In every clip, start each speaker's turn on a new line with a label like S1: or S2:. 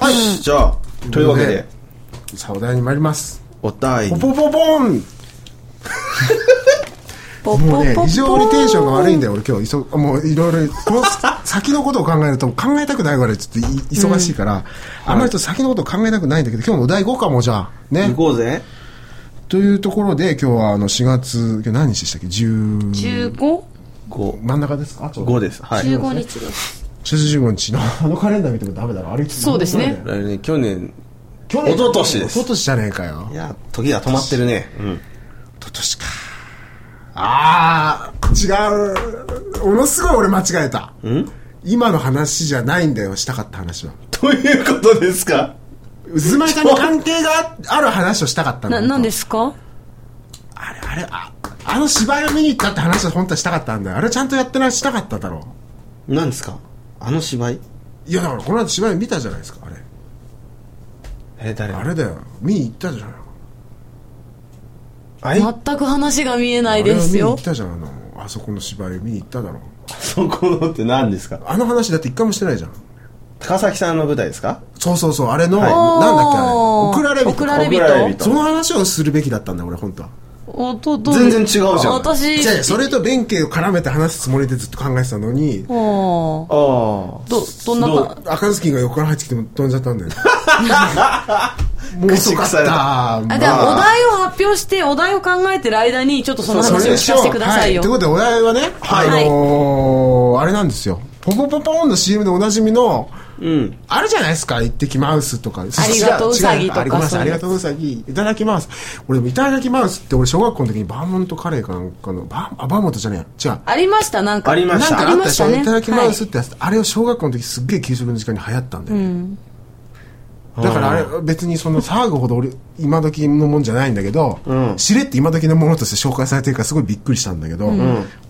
S1: はい、じゃあというわけで、
S2: さあお題に参ります
S1: お題
S2: ポポポポン
S3: ポ
S2: もうね非常にテンションが悪いんだ
S3: だ
S2: よ俺今日急もういろいろこの先のことを考えると考えたくないぐらいちょっとい忙しいから、あんまりちょっと先のことを考えたくないんだけど今日もお題いこうかもうじゃあね
S1: 行こうぜ
S2: というところで今日はあの4月今日何日でしたっけ10
S3: 15?15
S1: 5
S2: 真ん中ですか
S1: 5ですはい
S3: 日です
S2: 4月15日のあのカレンダー見てもダメだろあれ
S3: そうですね
S1: 来年去年
S2: 去
S1: 一昨年です
S2: 一昨年じゃねえかよ
S1: いや時が止まってるねうん
S2: 一昨年かああ違うものすごい俺間違えた今の話じゃないんだよしたかった話は
S1: ということですか
S2: 渦巻さんに関係がある話をしたかったんだ
S3: な
S2: よ
S3: 何ですか
S2: あれあれああの芝居を見に行ったって話は本当はしたかったんだよあれちゃんとやってないしたかっただろ
S1: 何ですかあの芝居
S2: いやだからこの間芝居見たじゃないですかあれ
S1: え誰
S2: あれだよ見に行ったじゃない
S1: あい
S3: 全く話が見えな
S2: あ
S3: い
S2: れを
S3: で
S2: 見
S3: す
S2: に行
S3: よ
S2: ったじゃんあのあそこの芝居見に行っただろ
S1: そこのって何ですか
S2: あの話だって一回もしてないじゃん
S1: 高崎さんの舞台ですか
S2: そうそうそうあれの、
S1: はい
S2: なんだっけあれ
S3: おー
S2: 送られ人
S3: 送られ人
S1: 送られ人
S2: その話をするべきだったんだ俺本当は
S3: おとと
S1: 全然違うじゃん
S3: 私
S2: 違う違うそれと弁慶を絡めて話すつもりでずっと考えてたのに
S3: あー
S1: ああ
S3: どどんな
S1: ど
S3: か
S2: 赤ずきんが横から入ってきても飛んじゃった んだよもう遅かっ
S1: 口腐れた
S2: た
S3: あ、
S2: ま
S3: じゃ
S1: まあ
S3: あお題を発表して、お題を考えてる間に、ちょっとその
S1: そう
S3: 話を聞かせてくださいよ。
S2: はい、ということで、お題はね、
S3: はい
S2: あのーあれなんですよ。ポポポポーンの CM でおなじみの、
S1: うん
S2: あるじゃないですか、一滴マウスとか。あ
S3: りがとううさぎとか
S2: あれごめんなさい、
S3: そういう
S2: ありがとううさぎ。いただきます。俺、いただきますって、俺、小学校の時にバーモントカレーかなんかの、バーあバーモントじゃねえや違う。
S3: ありました、なんか。
S1: ありま
S2: なん
S1: した
S2: かあったでしょ、
S3: ありましたね
S2: いただきますってやつ、あれを小学校の時すっげえ給食の時間に流行ったんだよ、だからあれ別にその騒ぐほど俺今時のもんじゃないんだけど、
S1: ん
S2: しれって今時のものとして紹介されてるからすごいびっくりしたんだけど、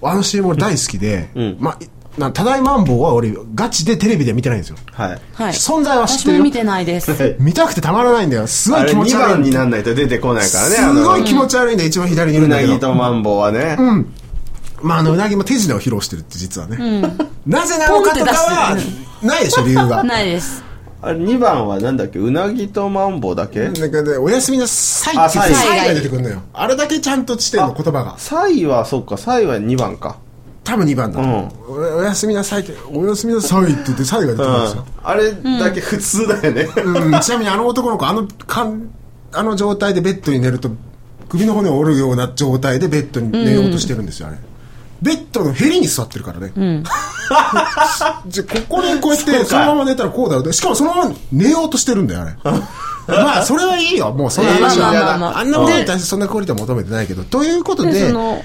S2: あの CM 俺大好きで、まあ、なただいまんぼうは俺ガチでテレビでは見てないんですよ、
S1: はい
S3: はい。
S2: 存在は知っ
S3: 私
S2: て
S3: も
S2: る
S3: 見
S2: よ
S3: てないです。
S2: 見たくてたまらないんだよすご
S1: あ
S2: い
S1: れ
S2: 気持
S1: 2
S2: ち悪
S1: 番
S2: い
S1: になんないと出てこないからねあ
S2: す
S1: の
S2: ごい気持ち悪いんだよ一番左にい
S1: う
S2: る
S1: ん
S2: だ
S1: な
S2: けど
S1: ぎとマンボウはねうん
S2: まあ、あのうなぎも手品を披露してるって実はね、なぜなのかとか
S3: ポン
S2: は
S3: って出
S2: ないでしょ理由が
S3: ないです。
S1: あれ2番はなんだっけうなぎとマンボウだけ
S2: なんかね、おやすみなさいって
S1: あ
S2: 言
S1: さ
S2: っ
S1: い
S2: てさいが出てくるのよ。あれだけちゃんとしてんの、言葉が。
S1: サイはそっかサイは2番か
S2: 多分2番だと思う、おおやすみなさいって、おやすみなさいって言って、さいが出てく
S1: う
S2: るんです
S1: ん
S2: よ。
S1: あれだけ普通だよね
S2: うん、ちなみにあの男の子、あの、かん、あの状態でベッドに寝ると、首の骨を折るような状態でベッドに寝ようとしてるんですよ、あれ。ベッドのヘリに座ってるからね。 じゃあ、ここでこうやっ
S1: そう
S2: て、
S1: か
S2: そのまま寝たらこうだろうで。しかもそのまま寝ようとしてるんだよ、あ れ。まあ、それはいいよ。もう、そんな話は。
S3: まあまあまあまあ
S2: あんなもんに対してそんなクオリティは求めてないけど。ということ
S3: で
S2: で
S3: そ、の、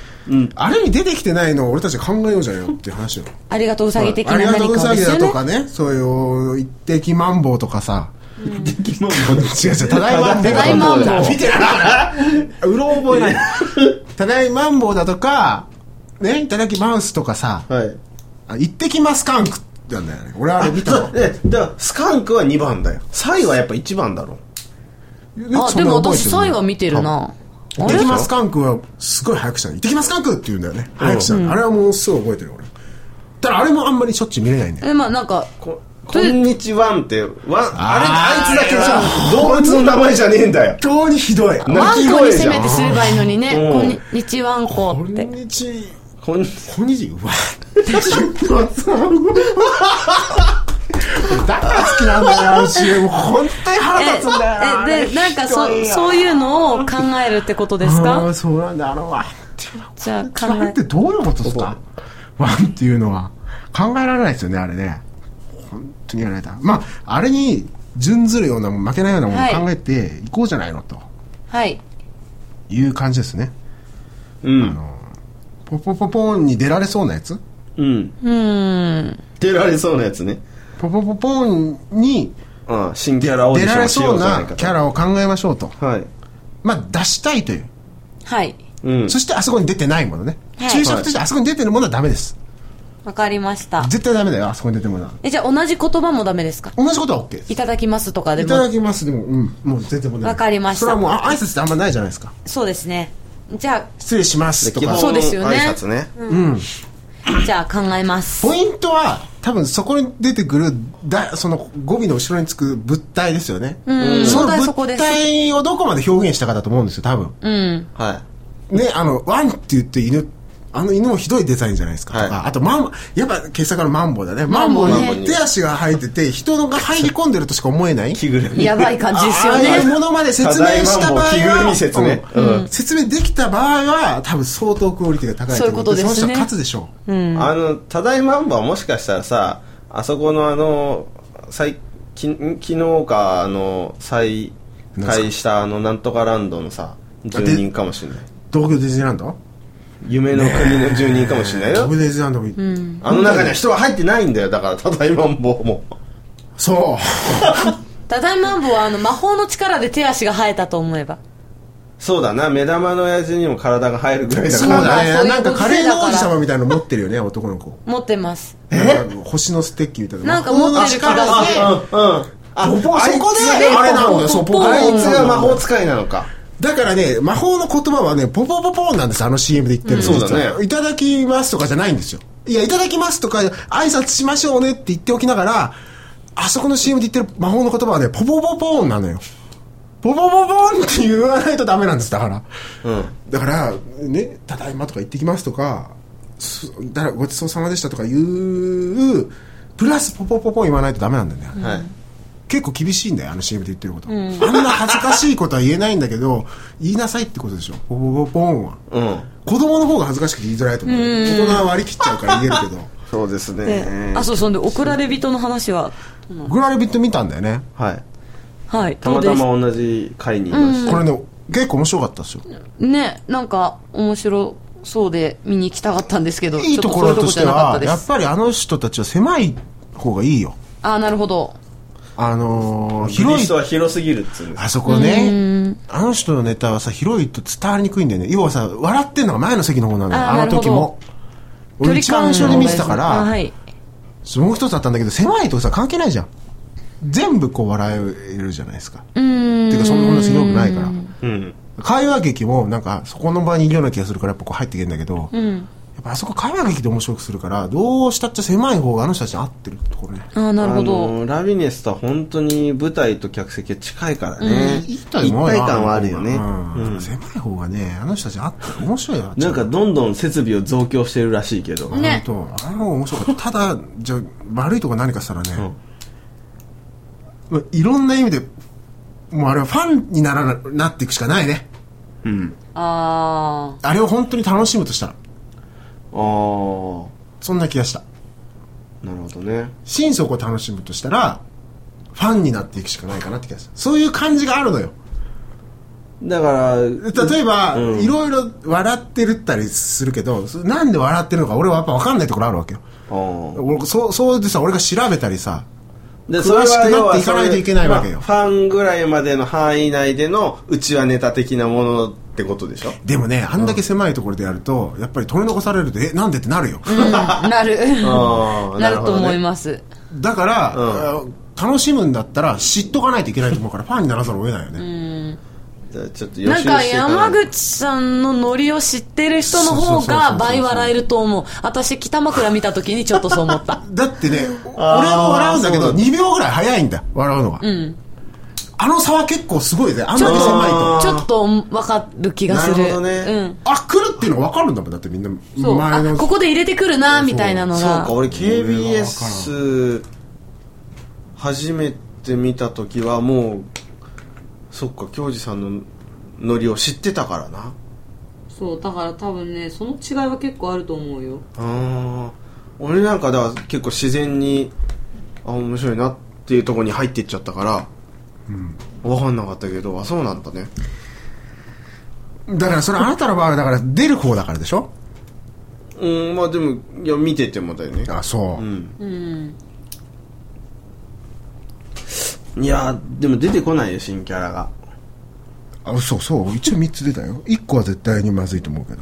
S2: あれに出てきてないのを俺たちが考えようじゃないよっていう話よ。
S3: ありがとううさぎ的
S2: あ
S3: な
S2: りがと
S3: 何
S2: う
S3: か
S2: さ
S3: をで
S2: ぎ
S3: す
S2: だ
S3: よ
S2: と
S3: ね。
S2: かね、そういう、一滴マンボウとかさ。違う違う、ただいまんぼ
S3: ただいまんぼう
S2: だ見てなかった。うろ覚えない。ただいまんぼうだとか、ね、いただきマウスとかさ、
S1: はい
S2: あ一滴マスカンクなんだよね。俺あれ見た
S1: そ
S2: の
S1: う。でだからスカンクは2番だよサイはやっぱ1番だろ
S3: あ、でも私、サイは見てるな。
S2: 一
S3: あ
S2: 滴
S3: れ
S2: マスカンクはすごい早くしたの。一滴マスカンクって言うんだよね。早くしたの。あれはもうすぐ覚えてる俺。ただあれもあんまりしょっちゅう見れないんだよ。
S3: え、まあなんか、
S1: ここんにちはんってわあれあいつだけさ
S2: あ
S1: 動物の名前じゃねえんだよ
S2: 本当にひどい。
S3: ワン
S1: 鳴き
S3: コに
S1: 声じ
S3: せ
S1: ゃん
S3: めてすればいいのにね、
S1: うん
S3: こんににちワンコ
S2: こ
S3: っ
S2: ん
S3: て。
S2: にち
S1: こん
S2: こんにちうわ だから好きなんだよあの CM 本当に腹立つんだよな
S3: え、えで、なんかそ、そういうのを考えるってことです
S2: あ
S3: か
S2: ーそうなんだあのわ
S3: じゃあ考
S2: ワン
S3: え
S2: ってどういうことですかワンっていうのは考えられないですよねあれね本当にやられたまああれに準ずるようなもん負けないようなものを考えていこうじゃないのと
S3: はい。
S2: いう感じですね、
S1: うん
S2: ポポポポーンに出られそうなやつ
S1: うん
S3: うーん。
S1: 出られそうなやつね
S2: ポポポポーンに
S1: うん新キャラオーデ
S2: 出
S1: ィシ
S2: ら
S1: ョ
S2: れ
S1: ンし
S2: そ
S1: よ
S2: う
S1: うじゃない
S2: な
S1: かと
S2: キャラを考えましょうと
S1: はい
S2: まあ出したいという、
S3: はい。
S1: うん
S2: そしてあそこに出てないものね、
S3: はい
S2: 昼食としてあそこに出てるものはダメです
S3: わかりました。
S2: 絶対ダメだよあそこに出てるものは
S3: え、じゃあ同じ言葉もダメですか
S2: 同じことは OK です
S3: いただきますとかで
S2: いただ
S3: も。
S2: きますでもうんもう全然問題ない
S3: わかりました
S2: それはもうあ挨拶ってあんまないじゃないですか
S3: そうですね。じゃ
S2: 失礼しますと
S1: 基
S2: か
S1: 本
S3: そうですよね
S1: 挨拶ね
S3: あ、じゃあ考えます。
S2: ポイントは多分そこに出てくるだその語尾の後ろにつく物体ですよね、
S3: ん
S2: その
S3: 問題そこ
S2: 物
S3: です
S2: 体をどこまで表現したかだと思うんですよ多分、
S3: うん。
S1: は
S2: ねあのワンって言って犬あの犬もひどいデザインじゃないですか、
S1: はい
S2: とかあとマンボやっぱ傑作のマンボウだねマンボウ
S3: マンボウ
S1: ね
S2: に手足が生えてて人のが入り込んでるとしか思えない
S1: い。着ぐるみ。
S3: やばい感じです
S2: あ
S3: よ
S2: あいう
S3: ね。
S2: ものまで説明した場合
S1: ただいまもう着ぐるみ説ね
S2: は、うん説明できた場合は多分相当クオリティが高いと思って
S3: そういうことですね
S2: その人は勝つでしょう、
S1: あの、ただいまんばはもしかしたらさ、あそこのあの、最き昨日か、あの、再開したあの、なんとかランドのさ、住人かもしれない。
S2: 東京ディズニーランド
S1: 夢の国の住人かもし れない
S2: 東
S1: よ
S2: 京。ディズニーランドもいい、
S1: あの中には人は入ってないんだよ。だから、ただいまんぼも。
S2: そう
S3: ただいまんぼは、あの、魔法の力で手足が生えたと思えば。
S1: そうだな、目玉の親父にも体が入るぐらいだ
S2: そう
S1: から。
S2: だ
S3: そうだ
S2: ね。なんか
S3: そ
S2: カ
S3: うい
S2: レ
S3: う
S2: ーの
S3: こと
S2: 王
S3: だ
S2: 子
S3: から
S2: 様みたいなの持ってるよね、男の子。
S3: 持ってます。
S2: なんか星のステッキみたいな。
S3: なんか持ってる気がする。
S1: あうんうん。あ、
S2: ポポ
S1: あいつ
S2: そこで
S3: ね
S2: あれなんだよ、
S3: ポ
S2: そう
S3: ポ
S2: ポポ
S3: ポ
S1: あいつが魔
S2: 魔
S1: 法
S2: 法。
S1: 使いなのか。
S2: だからね、魔法の言葉はね、ポポポポーンなんです、あの CM で言ってる
S1: うんそうだね
S2: いただきますとかじゃないんですよ。いや、いただきますとか、挨拶しましょうねって言っておきながら、あそこの CM で言ってる魔法の言葉はね、ポポポポーンなのよ。ポポポポーンって言わないとダメなんです、だから。
S1: うん。
S2: だから、ね、ただいまとか行ってきますとか、すだからごちそうさまでしたとか言う、プラスポポポポ言わないとダメなんだよね。
S1: はい。
S2: 結構厳しいんだよ、あの CM で言ってること。あんな恥ずかしいことは言えないんだけど、言いなさいってことでしょ。ポポポポンは。
S1: うん。
S2: 子供の方が恥ずかしくて言いづらいと思う。大人は割り切っちゃうから言えるけど。
S1: そうです
S3: で
S1: ね。
S3: あ、そうそう。で、送られ人の話は、
S2: グラルビット見たんだよね。
S1: はい。
S3: はい。
S1: た
S3: どう
S1: ま
S3: で
S1: た
S3: す
S1: ま同じ会にいまし
S2: これね、結構面白かったですよ。
S3: ね、なんか、面白そうで、見に行きたかったんですけど、
S2: いいところとしては、
S3: ちょ
S2: や
S3: っ
S2: っぱりあの人たちは狭い方がいいよ。
S3: た。ああ、なるほど。
S2: あの
S1: た。
S2: ー広
S1: 広い
S2: い
S1: 人は広すぎるっつうんです。
S2: あそこね、あの人のネタはさ、広いと伝わりにくいんだよね。要はさ、笑ってんのが前の席の方なのよ、
S3: あー
S2: あの時も。俺一番後ろで見てたから、
S3: あはい。
S2: もう一つあったんだけど、狭いとさ、関係ないじゃん。全部こう笑えるじゃないですか。
S3: うーん。
S2: ていうか、そんな話広くないから。
S1: うん。
S2: 会話劇も、なんか、そこの場にいるような気がするから、やっぱこう入っていけんだけど、や
S3: うん。
S2: っぱあそこ会話劇で面白くするから、どうしたっちゃ狭い方があの人たちに合ってるところね。
S3: ああ、なるほ
S1: あ
S3: ど。
S1: のラビネスとは本当に舞台と客席が近いからね、一体
S2: もんよ
S1: 感はあるよね、
S2: うん
S1: うん
S2: 狭い方がね、あの人たちに合ってる。面白いよ。あっち
S1: な
S2: の
S1: ん
S2: 方
S1: かどんどん設備を増強してるらしいけど、
S3: ね
S2: 本当あの面白かったただじゃあ悪いとこ何かしたらね、まあいろんな意味でもうあれはファンにならななっていくしかないね
S1: うん
S3: あ
S2: あれを本当に楽しむとしたら
S1: ああ
S2: そんな気がした
S1: なるほどね
S2: 心底を楽しむとしたらファンになっていくしかないかなって気がするそういう感じがあるのよ
S1: だから
S2: 例えば、
S1: うん
S2: いろいろ笑ってるったりするけどそなんで笑ってるのか俺はやっぱ分かんないところあるわけよ
S1: あー
S2: 俺そうそうでさ俺が調べたりさ
S1: で
S2: 詳しくなっていかないといけないわけよ
S1: それは要はそういうまあファンぐらいまでの範囲内でのうちはネタ的なものってことでしょ
S2: でもねあんだけ狭いところでやるとやっぱり取り残されるとえなんでってなるよ
S3: あ。うん。な る。
S1: あー
S3: な
S1: な
S3: る
S1: るほどね
S3: と思います。
S2: だから、
S1: うん
S2: あの楽しむんだったら知っとかないといけないと思うからファンにならざるを得ないよね、
S1: じゃあちょっと予習
S3: な
S1: し
S3: ん
S1: ていか
S3: か
S1: ないと
S3: 山口さんのノリを知ってる人の方が倍笑えると思う。私、北枕見た時にちょっとそう思った。
S2: だってねお
S1: あー
S2: 俺も笑うんだけ
S1: そ
S2: ど
S1: うだ
S2: 2秒ぐらい早いんだ笑うのが、
S3: うん。
S2: あの差は結構すごいね あん
S3: ちょ
S2: だ
S3: っ
S2: け
S3: と
S2: 狭い
S1: あ
S2: と
S1: ー
S3: ちょっと分かる気がする。
S1: なるほどね
S3: うん。
S2: あ来るっていうのが分かるんだもんだってみんな
S3: そう。
S2: 前
S3: あ、
S2: の
S3: ここで入れてくるな、みたいなの
S1: そう
S3: が
S1: か。俺 KBS 初めて見た時はもうそっか京二さんのノリを知ってたからな
S3: そう、だから多分ね、その違いは結構あると思うよ。
S1: あー俺なんかだから結構自然にあ面白いなっていうところに入っていっちゃったから、分かんなかったけどあそうなんだね
S2: だからそれあなたの場合はだから出る方だからでしょ
S1: うんまあでもいや見ててもだよね
S2: あそ
S1: う
S2: う、
S1: ん
S3: うん。
S1: いやでも出てこないよ新キャラが
S2: あそうそう一応3つ出たよ1個は絶対にまずいと思うけど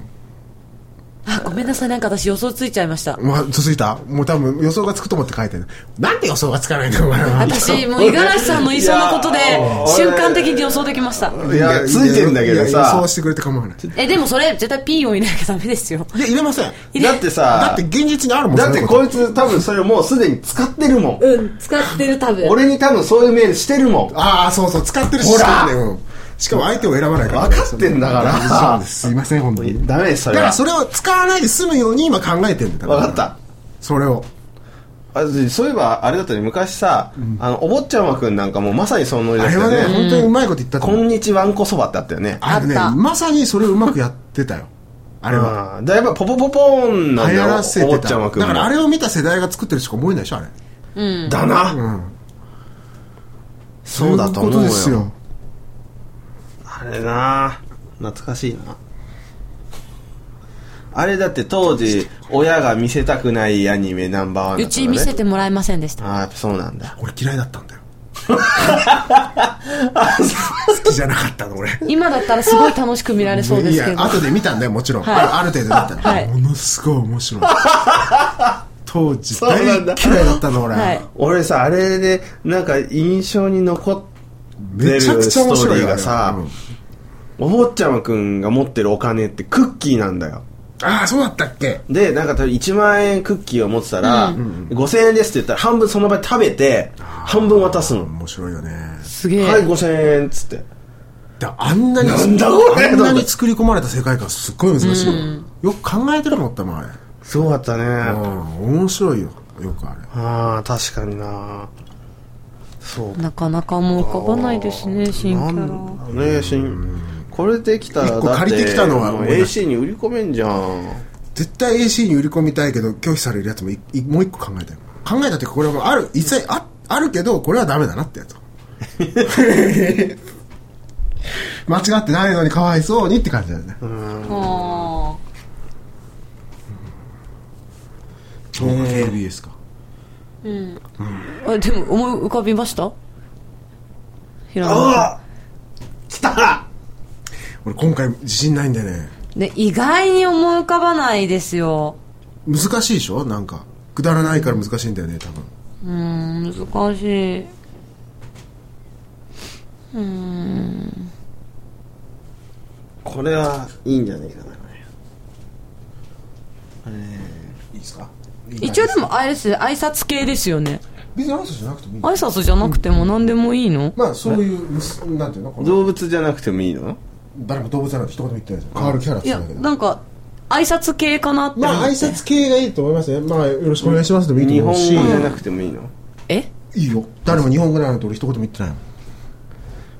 S3: あ、ごめんなさい。なんか私予想ついちゃいました。
S2: まあ、続いたもう多分予想がつくと思って書いてる。なんで予想がつかないんだよ、お前は
S3: 私、もう五十嵐さんの言いそうなことで
S1: いや、
S3: 瞬間的に予想できました。
S1: いや、ついてるんだけど
S2: いや予
S1: さ
S2: 想、してくれて構わない。
S3: え、でもそれ、絶対ピンを入れなきゃダメですよ。
S2: いや、入れません。
S3: いや
S1: だって
S2: だ
S1: さ
S2: っ、て現実にあるもん
S1: だって
S2: そういう
S1: こいつ多分それもうすでに使ってるもん。
S3: うん、使ってる多分。
S1: 俺に多分そういうメールしてるもん
S2: と。ああ、そうそう、使ってるし、
S1: ほら
S2: してるねうんしかも相手を選ばないから。
S1: 分かってんだから
S2: 大丈夫です。すいません、本当に。だ
S1: ダメです、それ
S2: から
S1: は。
S2: それを使わないで済むように今考えてるんだ
S1: 分かった。。
S2: それを。
S1: あそういえば、あれだったね、昔さ、あの、お坊ちゃまくんなんかもうまさにそのノリ
S2: あ
S1: だっ
S2: れ
S1: た
S2: は
S1: よ
S2: ね、
S1: ね。
S2: 本当にうまいこと言ったと
S1: こ
S2: 思うん
S1: にちわんこそばってあったよね。
S2: あれね
S3: あった、
S2: まさにそれをうまくやってたよ。あれは。
S1: うんだからやっぱポポポポーンなんだ
S2: 流行
S1: よ
S2: らせ
S1: お坊
S2: て
S1: ちゃ
S2: た。
S1: ま
S2: だ
S1: くんも
S2: からあれを見た世代が作ってるしか思えないでしょ、あれ。
S1: だな、そうだと思うよ
S2: そういうことですよ。
S1: あれな懐かしいなあれだって当時親が見せたくないアニメナンバーワンだ
S3: う
S1: った
S3: ち見せ
S1: て
S3: てもらえませんでした。
S1: ああやっぱそうなんだ
S2: 俺嫌いだった んだよ。好きじゃなかったの、俺。
S3: 今だったらすごい楽しく見られそうですけ
S2: い
S3: ど
S2: や、。後で見たんだよ、もちろん。
S3: はい
S2: あある程度見たの、
S3: はい
S2: ものすごい面 白い。当時、
S1: そう
S2: 大
S1: な
S2: 嫌
S1: ん
S2: い
S1: だ
S2: だったの、俺。
S3: はい
S1: 俺さあれでなんか印象に残って
S2: め
S1: る
S2: ちゃくちゃ面
S1: ストー
S2: 白
S1: リ
S2: い
S1: ー
S2: よ
S1: がさ、
S2: うん
S1: お坊ちゃまくんが持ってるお金ってクッキーなんだよ
S2: ああ、そうだったっけ
S1: でなんか多分1万円クッキーを持ってたら、5000円ですって言ったら半分その場で食べて半分渡すの
S2: 面白いよね。
S3: すげえ。
S1: はい5000円っつって
S2: だあんなに、
S1: なんだこれ
S2: あんなに作り込まれた世界観すっごい難しいよ。よく考えてると思ったもん、あれ。
S1: すごかったね
S2: うん、面白いよ。よくあれ。
S1: ああ確かになそう
S3: なかなか思い浮かばないですね、新キ
S1: なん
S3: ャラ。
S1: だね新これできたら
S2: 一個
S1: だって
S2: 借りてきたのは
S1: もう
S2: 思い出し
S1: AC に売り込めんじゃん
S2: 絶対 AC に売り込みたいけど拒否されるやつもいいもう一個考えたよ考えたっていうかこれはもうある一切ああるけどこれはダメだなってやつ 間違ってないのにかわいそうにって感じだよね、
S3: あ
S2: そうか KBS か
S3: ーあでも思い浮かびました平野さん
S1: 来た
S2: 俺今回自信ないんでね
S3: ね、意外に思い浮かばないですよ。
S2: 難しいでしょなんかくだらないから難しいんだよね多分
S3: うーん、難しい。うーん。
S1: これはいいんじゃないかな
S2: いいですか
S3: 一応でもあれです、挨拶系ですよね。
S2: 別に挨拶じゃなくてもいい
S3: 挨拶じゃなくても何でもいいの
S2: まあそういうむすなんていうのこの
S1: 動物じゃなくてもいいの
S2: 誰も動物なんて一言も言ってないですよ変わるキャラっ
S3: い
S2: て
S3: や、
S2: だけど
S3: なんか、挨拶系かなって思って。
S2: まあ挨拶系がいいと思いますね。まあよろしくお願いしますでもいい
S1: 日
S2: と
S1: 本
S2: 思う
S1: 語
S2: し、
S1: じゃなくてもいいの
S3: え
S2: いいよ。誰も日本語なんて俺一言も言ってないもん。よ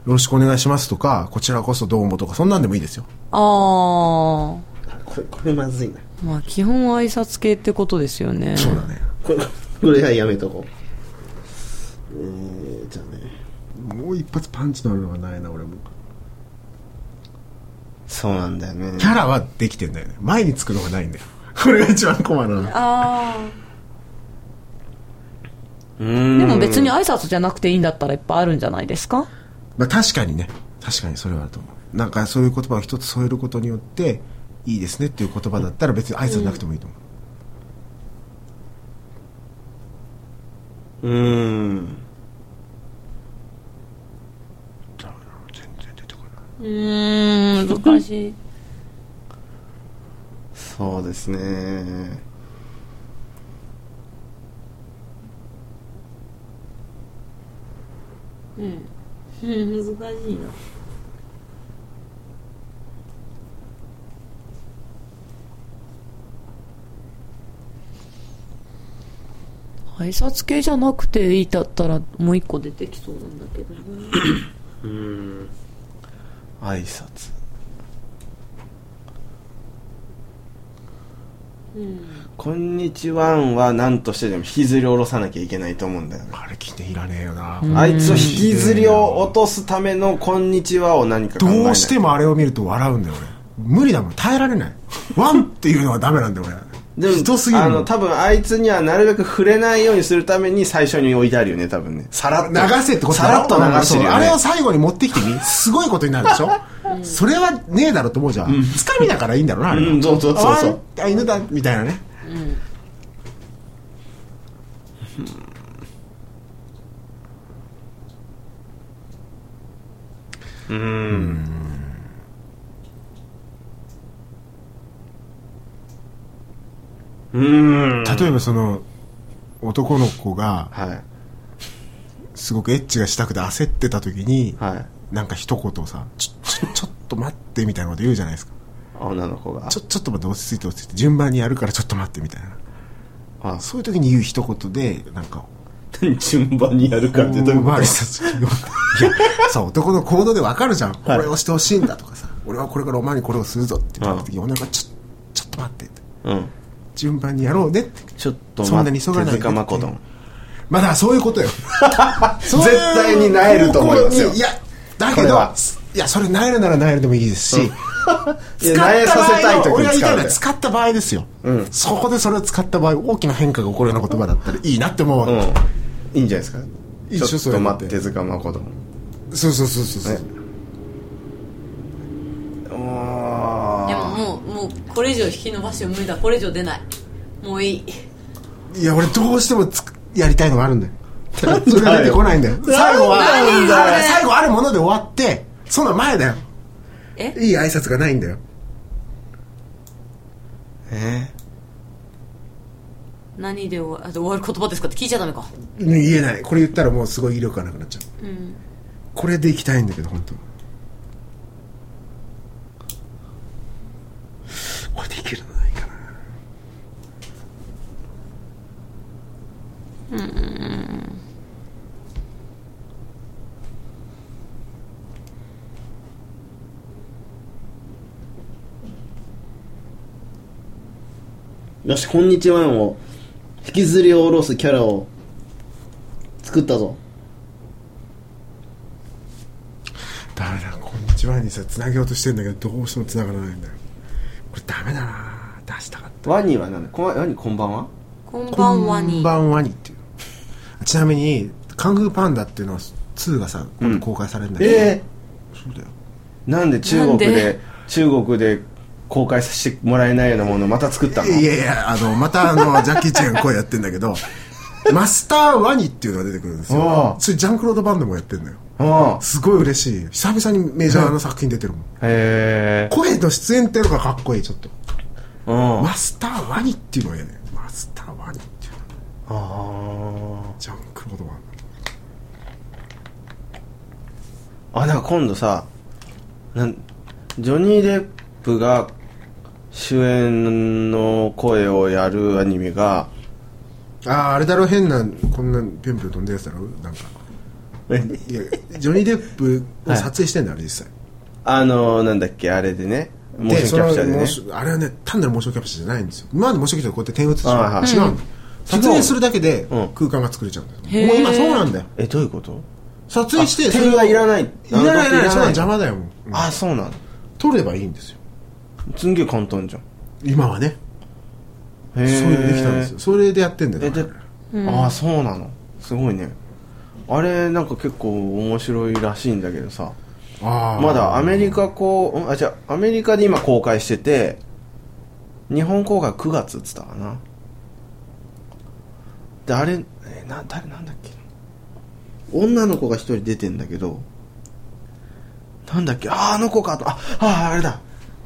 S2: ろしくお願いしますとか、こちらこそどうもとか、そんなんでもいいですよ。
S3: あー。
S1: これこれまずいな
S3: まあ基本挨拶系ってことですよね。
S2: そうだね。
S1: これこれはやめとこうえー、じゃあね
S2: もう一発パンチのあるのがないな、俺も。
S1: そうなんだよね
S2: キャラはできてんだよね。前につくのがないんだよ。これが一番困るな。
S3: あ
S1: う
S3: ー。
S1: ー
S3: で
S1: ん
S3: も別に挨拶じゃなくていいんだったらいっぱいあるんじゃないですか
S2: まあ確かにね。確かにそれはあると思う。なんかそういう言葉を一つ添えることによって、いいですねっていう言葉だったら別に挨拶なくてもいいと思う。
S1: うーん
S2: 全然出てこな
S3: うーん、難しい。
S1: そうですね
S3: うん、難しいな。挨拶系じゃなくていいだったらもう一個出てきそうなんだけどな
S1: 挨拶こんにちはんは何としてでも引きずり下ろさなきゃいけないと思うんだよね
S2: い。あれ聞いていらねえよな。
S1: あいつを引きずりを落とすための「こんにちは」を何か考えない
S2: どうしてもあれを見ると笑うんだよ俺無理だもん耐えられないワンっていうのはダメなんだよ
S1: で
S2: 俺ひどすぎる
S1: あ
S2: も
S1: の
S2: ん
S1: 多分あいつにはなるべく触れないようにするために最初に置いてあるよね多分ねさらっと
S2: 流せってこと
S1: さらっと流してるよ、ね、
S2: あれを最後に持ってきてみすごいことになるでしょそれはねえだろと思うじゃん、つかみだからいいんだろうなあれは、
S1: うんそうそうそうそう
S2: ああ犬だみたいなね
S1: うーん
S2: 例えばその男の子が
S1: はい
S2: すごくエッチがしたくて焦ってた時に、
S1: はい
S2: なんか一言さ「ちょちょちょっと待って」みたいなこと言うじゃないですか
S1: 女の子が
S2: ちょちょっと待って落ち着いて落ち着いて順番にやるからちょっと待ってみたいな
S1: あ
S2: そういう時に言う一言でなんか
S1: 何順番にやるかってどういう
S2: 大
S1: こ
S2: 回りした時のいやさ男の行動でわかるじゃん、これをしてほしいんだとかさ俺はこれからお前にこれをするぞって言った時に女がちょ「ちょっと待って」って
S1: とうん
S2: 順番にやろうねって
S1: ちょっと
S2: そんなに
S1: 待
S2: 急
S1: っ
S2: がない
S1: て
S2: で
S1: 手塚誠
S2: ってまあだからそういうことよ そういう
S1: 絶対になえると思いますよ
S2: いやだ
S1: こ
S2: け
S1: れ
S2: ど
S1: はい
S2: やそれなえるならなえるでもいいですし、
S1: いやなえさせたい時
S2: 俺が
S1: に使うん
S2: 言いたいの
S1: だ
S2: は
S1: よ
S2: 使った場合ですよ、そこでそれを使った場合大きな変化が起こるような言葉だったらいいなって思うわけ、
S1: うんいいんじゃないですか
S2: いいでしょ
S1: ちょっ
S2: それ
S1: と
S2: だっ
S1: 待
S2: て
S1: って手塚誠
S2: そうそうそうそうそう、
S1: ねあ
S3: でももうもうこれ以上引き伸ばしても無理だこれ以上出ないもういい
S2: いや俺どうしてもつくやりたいのがあるんだよそれが出てこないんだよ
S1: だよ
S2: 最後は
S3: 何それ
S2: 最後あるもので終わってその前だよ
S3: え
S2: いい挨拶がないんだよ
S1: え
S3: 何で終わあ終わる言葉ですかって聞いちゃダメか
S2: うん言えないこれ言ったらもうすごい威力がなくなっちゃう、これでいきたいんだけど本当これでいけるのないかな
S1: よしこんにちはを引きずり下ろすキャラを作ったぞ
S2: ダメだこんにちはにさつなげようとしてんだけどどうしてもつながらないんだよこれダメだな出したかった
S1: ワニは何だこワニこんばんは
S3: こんばんは
S2: こ
S3: に
S2: んばんはにっていうちなみにカンフーパンダっていうのは2がさ今度公開されるんだけど、
S1: え
S2: そうだよ
S1: えなんで中国で
S3: なんで
S1: 中国で公開させてもらえないようなものをまた作ったの
S2: いやいやあのまた あのジャッキー・チェン声やってんだけどマスター・ワニっていうのが出てくるんです
S1: あ
S2: よ
S1: あ
S2: それジャンクロード・バンドもやってんのよ
S1: ああ
S2: すごい嬉しい久々にメジャーな作品出てるもん
S1: へえ
S2: 声の出演っていうのがかっこいいちょっと
S1: うんあ
S2: マスター・ワニっていうのがいいねマスター・ワニっていうの
S1: あ
S2: ジャンクロード・バンド
S1: あなんか今度さなんジョニー・デップが主演の声をやるアニメが
S2: あああれだろ変なこんなピョンピョン飛んでるやつだろなんかいやジョニー・デップを撮影してんだよ、あれ実際
S1: あのなんだっけあれでねモーションキャプチャーでね
S2: でそのモーションあれはね単なるモーションキャプチャーじゃないんですよ今までモーションキャプチャーってこう
S1: あ
S2: や
S1: は
S2: って
S1: い
S2: 点打つでしょ違うんだよ撮影するだけで
S1: うん
S2: 空間が作れちゃうんだよ、
S3: へー
S2: もう今そうなんだよ
S1: えどういうこと
S2: 撮影して
S1: あ点がいらない
S2: いらな
S1: あの時
S2: いいら
S1: いらな
S2: ないいそんなの邪魔だよもう、うん
S1: あそうなの
S2: 撮ればいいんですよ
S1: すんげえ簡単じゃん
S2: 今はね
S1: へ
S2: そう
S1: え
S2: いうのできたんですよそれでやってんだ
S1: え
S2: よ
S1: で、ああそうなのすごいねあれなんか結構面白いらしいんだけどさ
S2: あー
S1: まだアメリカこううんあじゃアメリカで今公開してて日本公開9月っつったかなであれえな誰なんだっけ女の子が一人出てんだけどなんだっけああの子かとああーあれだ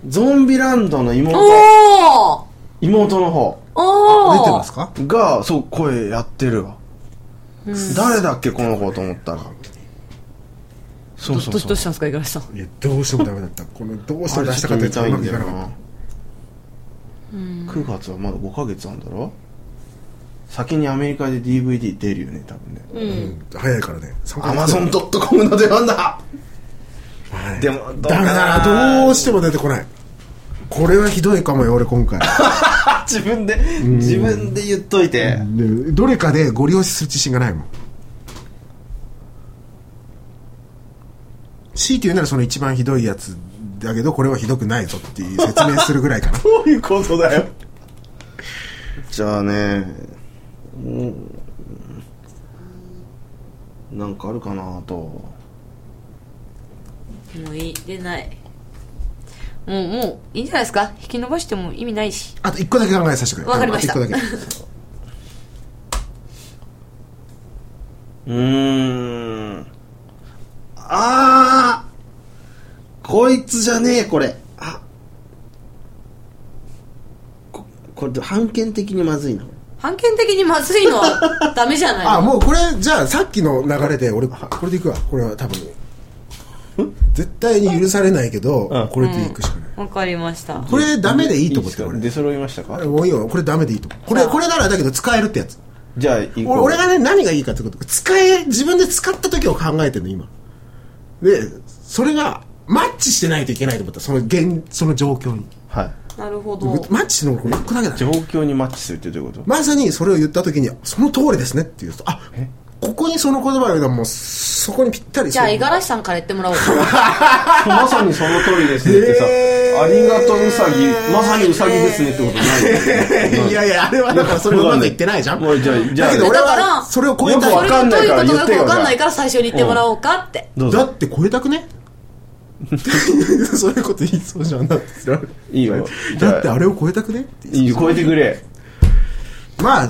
S1: ゾンビランドの
S3: お
S1: 妹
S3: ー
S1: 妹の方
S3: おー
S2: 出てますか
S1: がそう声やってるわ、誰だっけこの子と思ったらそうそう
S3: どど
S1: そう
S3: うしたんですか五十嵐さん
S2: いやどうしてもダメだったこのどうしても出したか
S1: あ
S2: っ
S1: れ
S2: たや
S1: ち
S2: つ
S1: ょっと見たい
S2: うまくいか
S1: んだ
S2: な
S1: よ
S2: かっ
S1: な
S2: た
S1: 9月はまだ5ヶ月あんだろ先にアメリカで DVD 出るよね多分ね
S2: うん早いからね参加
S1: ア
S2: でき
S1: マ
S2: た
S1: ゾン .com の出番だ
S2: はい
S1: でも
S2: ダメだなどうしても出てこないこれはひどいかもよ俺今回
S1: あ自分で自分で言っといて
S2: でどれかでご利用しする自信がないもん強いて言うならその一番ひどいやつだけどこれはひどくないぞっていう説明するぐら いかな
S1: どういうことだよじゃあねうんなんかあるかなと
S3: もういい出ないもうもういいんじゃないですか引き伸ばしても意味ないし
S2: あと一個だけ考えさせてくれ
S3: わかりました
S2: あと一個だけ
S1: うーん。あーこいつじゃねえ、これ。あここれ、判権的にまずいな。
S3: 判権的にまずいのはダメじゃないの
S2: あもうこれじゃあさっきの流れで俺これでいくわこれは多分絶対に許されないけど
S1: うん
S2: これでいくしかない
S3: わかりました
S2: これダメでいいと思ってる
S1: いい
S2: 俺
S1: ですか出揃いましたか
S2: あれもういいよこれダメでいいと思うこれこれならだけど使えるってやつ
S1: じゃあ、行こう。
S2: 俺俺がね何がいいかってこと使え自分で使った時を考えてるの今でそれがマッチしてないといけないと思ったその現その状況に
S1: はい。
S3: なるほど
S2: マッチしてるのこれ1個だけだね
S1: 状況にマッチするってどういうこと
S2: まさにそれを言った時にその通りですねっていうとあここにその言葉がもうそこにぴったり
S3: じゃあ五十
S2: が
S3: 嵐さんから言ってもらおう
S1: まさにその通りですねってさ、
S2: えー
S1: ありがとううさぎ、まさにうさぎですねってこと ない
S2: いやいやあれはだからそれうまくいってないじゃん
S1: もうじゃあ、じゃあ、
S2: だけど俺
S3: だから
S2: はそれを超え
S1: よく
S2: た
S1: わ
S2: い
S1: かんないから
S3: それがどういうことかよくわかんな
S1: 言
S3: い
S1: ってよじゃ
S3: から最初に言ってもらおうかって
S1: どう
S2: だ
S1: ぞ。
S2: って超えた くね そういうこと言いそうじゃんだって
S1: いいよ。じ
S2: だって
S1: ゃあ、
S2: あれを超えたくねって
S1: いいよ超えてくれ。
S2: まあ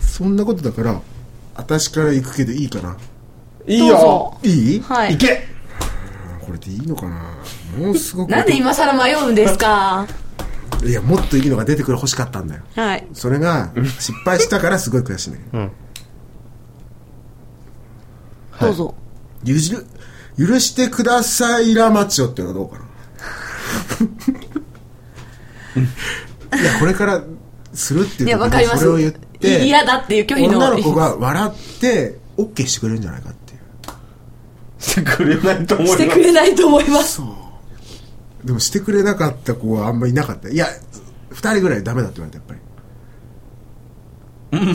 S2: そんなことだから私から行くけどいいかない
S1: い
S3: どう
S1: よ
S3: ぞ。
S2: いい、
S3: はい
S1: 行け
S2: これでいいのかなもうすごく
S3: なんで今更迷うんですか
S2: いやもっといいのが出てくる欲しかったんだよ
S3: はい
S2: それが失敗したからすごい悔しいね
S3: どうぞ
S2: 許し許してくださいらマチオっていうのはどうか ないやこれからするって
S3: い
S2: いう
S3: や
S2: 時
S3: わかり
S2: に
S3: ま
S2: そ
S3: す
S2: れを言って
S3: 嫌だっていう拒否の
S2: 女の子が笑ってオッケーしてくれるんじゃないかっていう
S1: してくれないと思いま
S3: し
S1: す
S3: てくれないと思います
S2: でもしてくれなかった子はあんまりいなかったいや2人ぐらいダメだって言われたやっぱ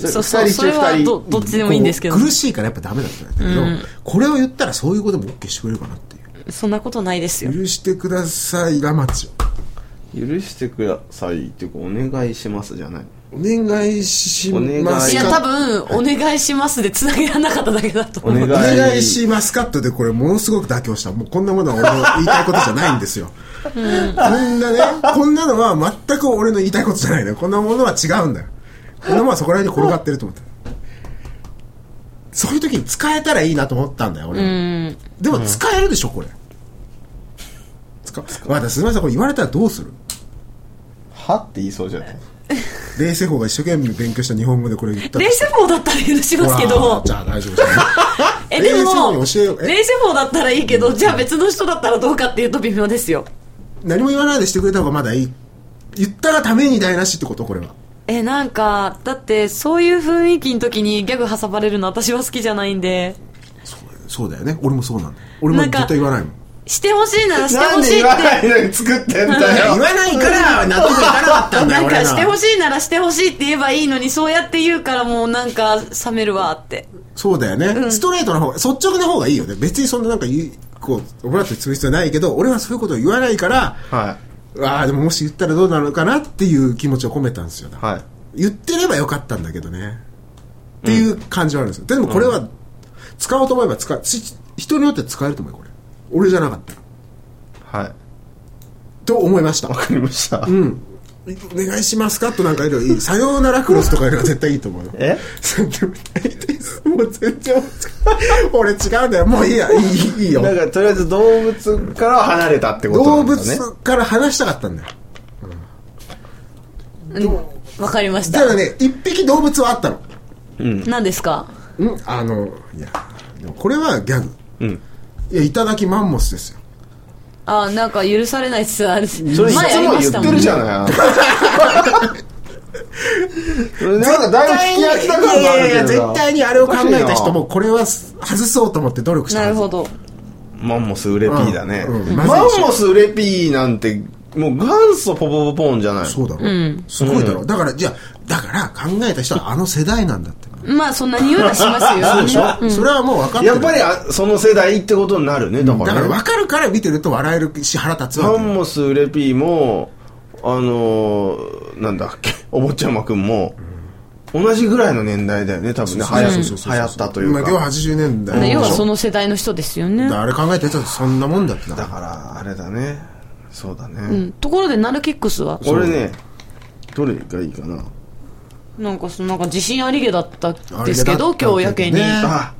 S3: そうそうそれはどどっち
S2: り
S3: でもいいんですけど
S2: こう苦しいからやっぱダメだって言われたけど、これを言ったらそういうこともオッケーしてくれるかなっていう
S3: そんなことないですよ
S2: 許してくださいラマチ
S1: 許してくださいっていうかお願いしますじゃない
S2: オお願いしま
S1: お
S2: す
S3: い
S1: 願
S3: や
S2: か
S3: 多分「お願いします」でつなげられなかっただけだと思
S1: お願
S3: う
S1: い
S2: お願いしますカットでこれものすごく妥協したもうこんなものは俺の言いたいことじゃないんですよ、こんなねこんなのは全く俺の言いたいことじゃないのよこんなものは違うんだよこんなものはそこら辺に転がってると思ったそういう時に使えたらいいなと思ったんだよ俺、
S3: うん
S2: でも使えるでしょこれ、使まだすみませんこれ言われたらどうする
S1: はって言いそうじゃない
S2: 冷静法が一生懸命勉強した日本語でこれ言ったら
S3: 冷静法だったら許しますけ
S2: ほら
S3: ど
S2: じゃあ大丈夫じゃない
S3: えで
S2: 冷静法
S3: も
S2: に教えようえ
S3: 冷静法だったらいいけどじゃあ別の人だったらどうかっていうと微妙ですよ
S2: 何も言わないでしてくれた方がまだいい言ったがために台無しってことこれは
S3: えなんかだってそういう雰囲気の時にギャグ挟まれるの私は好きじゃないんで
S2: そうだよね俺もそうなんだよ俺も
S3: なんか
S2: 絶対言わないもん
S3: してほしいならして
S1: な
S3: ほ
S1: ん
S3: し
S1: で
S3: い
S1: 言わ
S3: っ
S1: な
S3: て
S1: いのに作ってんだよ
S2: わないから納得いかなかった
S3: なんかしてほ
S2: しい
S3: しいならしてほしいって言えばいいのにそうやって言うからもうなんか冷めるわって
S2: そうだよね、ストレートの方が率直な方がいいよね別にそんななんか言うこうオブラートにする必要ないけど俺はそういうことを言わないから
S1: は
S2: ああでももし言ったらどうなのかなっていう気持ちを込めたんですよ、
S1: いはい
S2: 言ってればよかったんだけどねっていう感じはあるんですよでもこれは使おうと思えば使うし人によって使えると思うよこれ俺じゃなかったら
S1: はい
S2: と思いました
S1: わかりました
S2: うんお願いしますかとなんかよりいいさようならクロスとかよりは絶対いいと思うよ
S1: え
S2: もう全然思いつかない 俺違うんだよもういいやいいいいよ
S1: なんかとりあえず動物からは離れたってこと
S2: 動
S1: なんだね
S2: 物から話したかったんだよ
S3: わかりました
S2: だからね一匹動物はあったの
S3: 何ですか
S2: うんあのいやでもこれはギャグ
S1: うん
S2: いやいただきマンモスですよ
S3: あなんか許されないっすあれ
S1: それいつ
S3: 前やりまし
S1: も言っ
S3: たも
S1: て
S3: ん
S1: るじゃないあなたそれなんかだいぶ引き当てた感があるけどない
S2: やいや絶対にあれを考えた人もこれは外そうと思って努力した
S3: な
S2: は
S3: る
S2: ず
S3: ほど
S1: マンモスウレピーだね、
S2: うんうん
S1: マンモスウレピーなんてもう元祖ポポポポンじゃない
S2: そうだろ、すごいだろだからじゃあだから考えた人はあの世代なんだって
S3: まあそんな匂いはしますよ
S2: そうでしょ、それはもう分かってる
S1: やっぱりあその世代ってことになるねだか
S2: だ
S1: ら
S2: か
S1: ね
S2: ら分かるから見てると笑えるし腹立つわ
S1: マ
S2: け
S1: ンモスウレピーもあのーなんだっけお坊ちゃまくんも同じぐらいの年代だよね多分ね流
S2: そう
S1: 行
S2: そうそうそう
S1: 流行ったという
S2: まあ要は
S1: か
S2: 80年代
S3: ね
S2: でし
S3: 要
S2: ょ
S3: はその世代の人ですよね
S2: だからあれ考えたやつはそんなもんだってだ
S1: だ
S2: か
S1: からあれだねそうだね、
S3: うん、ところでナルキックスは
S1: 俺ねどれがいいかな
S3: なんかそのなんか自信ありげだったですけ
S2: あ
S3: ど
S2: りげだったけど
S3: 今
S2: ね
S3: 日やけに、
S1: あ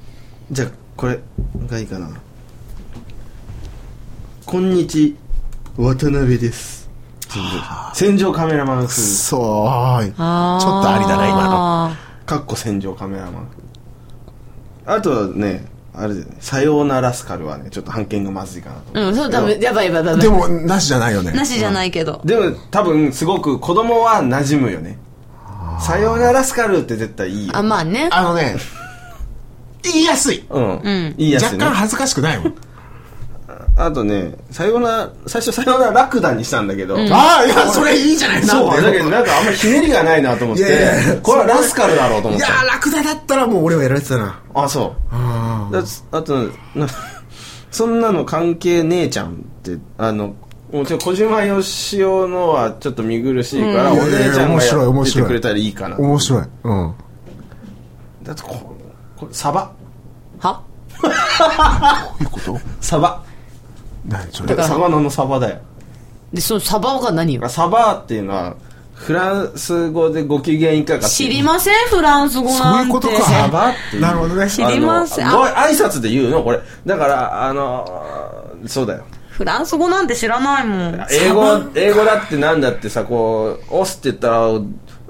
S1: じゃあこれがいいかなこんにち渡辺です戦場カメラマン風
S2: そうはいちょっと
S3: あー
S2: ありだな今の
S1: かっこ戦場カメラマンあとはねあれだよね「さようならスカル」はねちょっと判見がまずいかなと思
S3: うん、そう、ダメ、やばいやばいやばい。
S2: でもなしじゃないよね
S3: なしじゃないけど。
S1: でも多分すごく子供は馴染むよね「さようならスカル」って絶対いいよ
S3: あ、まあね。
S2: あのね言いやすい
S1: うん、
S3: ん
S1: いいやつ
S2: 若
S1: ね
S2: 干恥ずかしくないもん
S1: あとねさような最初「さようならラクダ」にしたんだけど、
S2: ああいやそれいいじゃないな
S1: そうだ
S2: い
S1: けどなんかあんまりひねりがないなと思って
S2: いやいや
S1: これはラスカルだろうと思っ
S2: や
S1: て
S2: ー楽だだったらもう俺はやられてたな
S1: あそうだあとなそんなの関係ねえちゃんってあのもちろん小島よしおのはちょっと見苦しいから、
S2: うん
S1: お姉ちゃん
S2: いやいや面白い
S1: が
S2: 面
S1: 出
S2: 白い
S1: てくれたらいいかな
S2: 面白いうん
S1: だとここれサバ
S3: は
S2: いうこと
S1: サバ
S2: 何それ
S3: だから
S1: 魚のサバだよ
S3: で、そのサバが何よ
S1: サバっていうのはフランス語でご機嫌いかが
S3: 知りません、フランス語なんて。
S2: そういうことか
S1: サバっていう
S2: なるほどね
S3: 知りません
S1: あのご挨拶で言うのこれだからあのそうだよ
S3: フランス語なんて知らないもん。
S1: 英語英語だってなんだってさこう「押す」って言ったら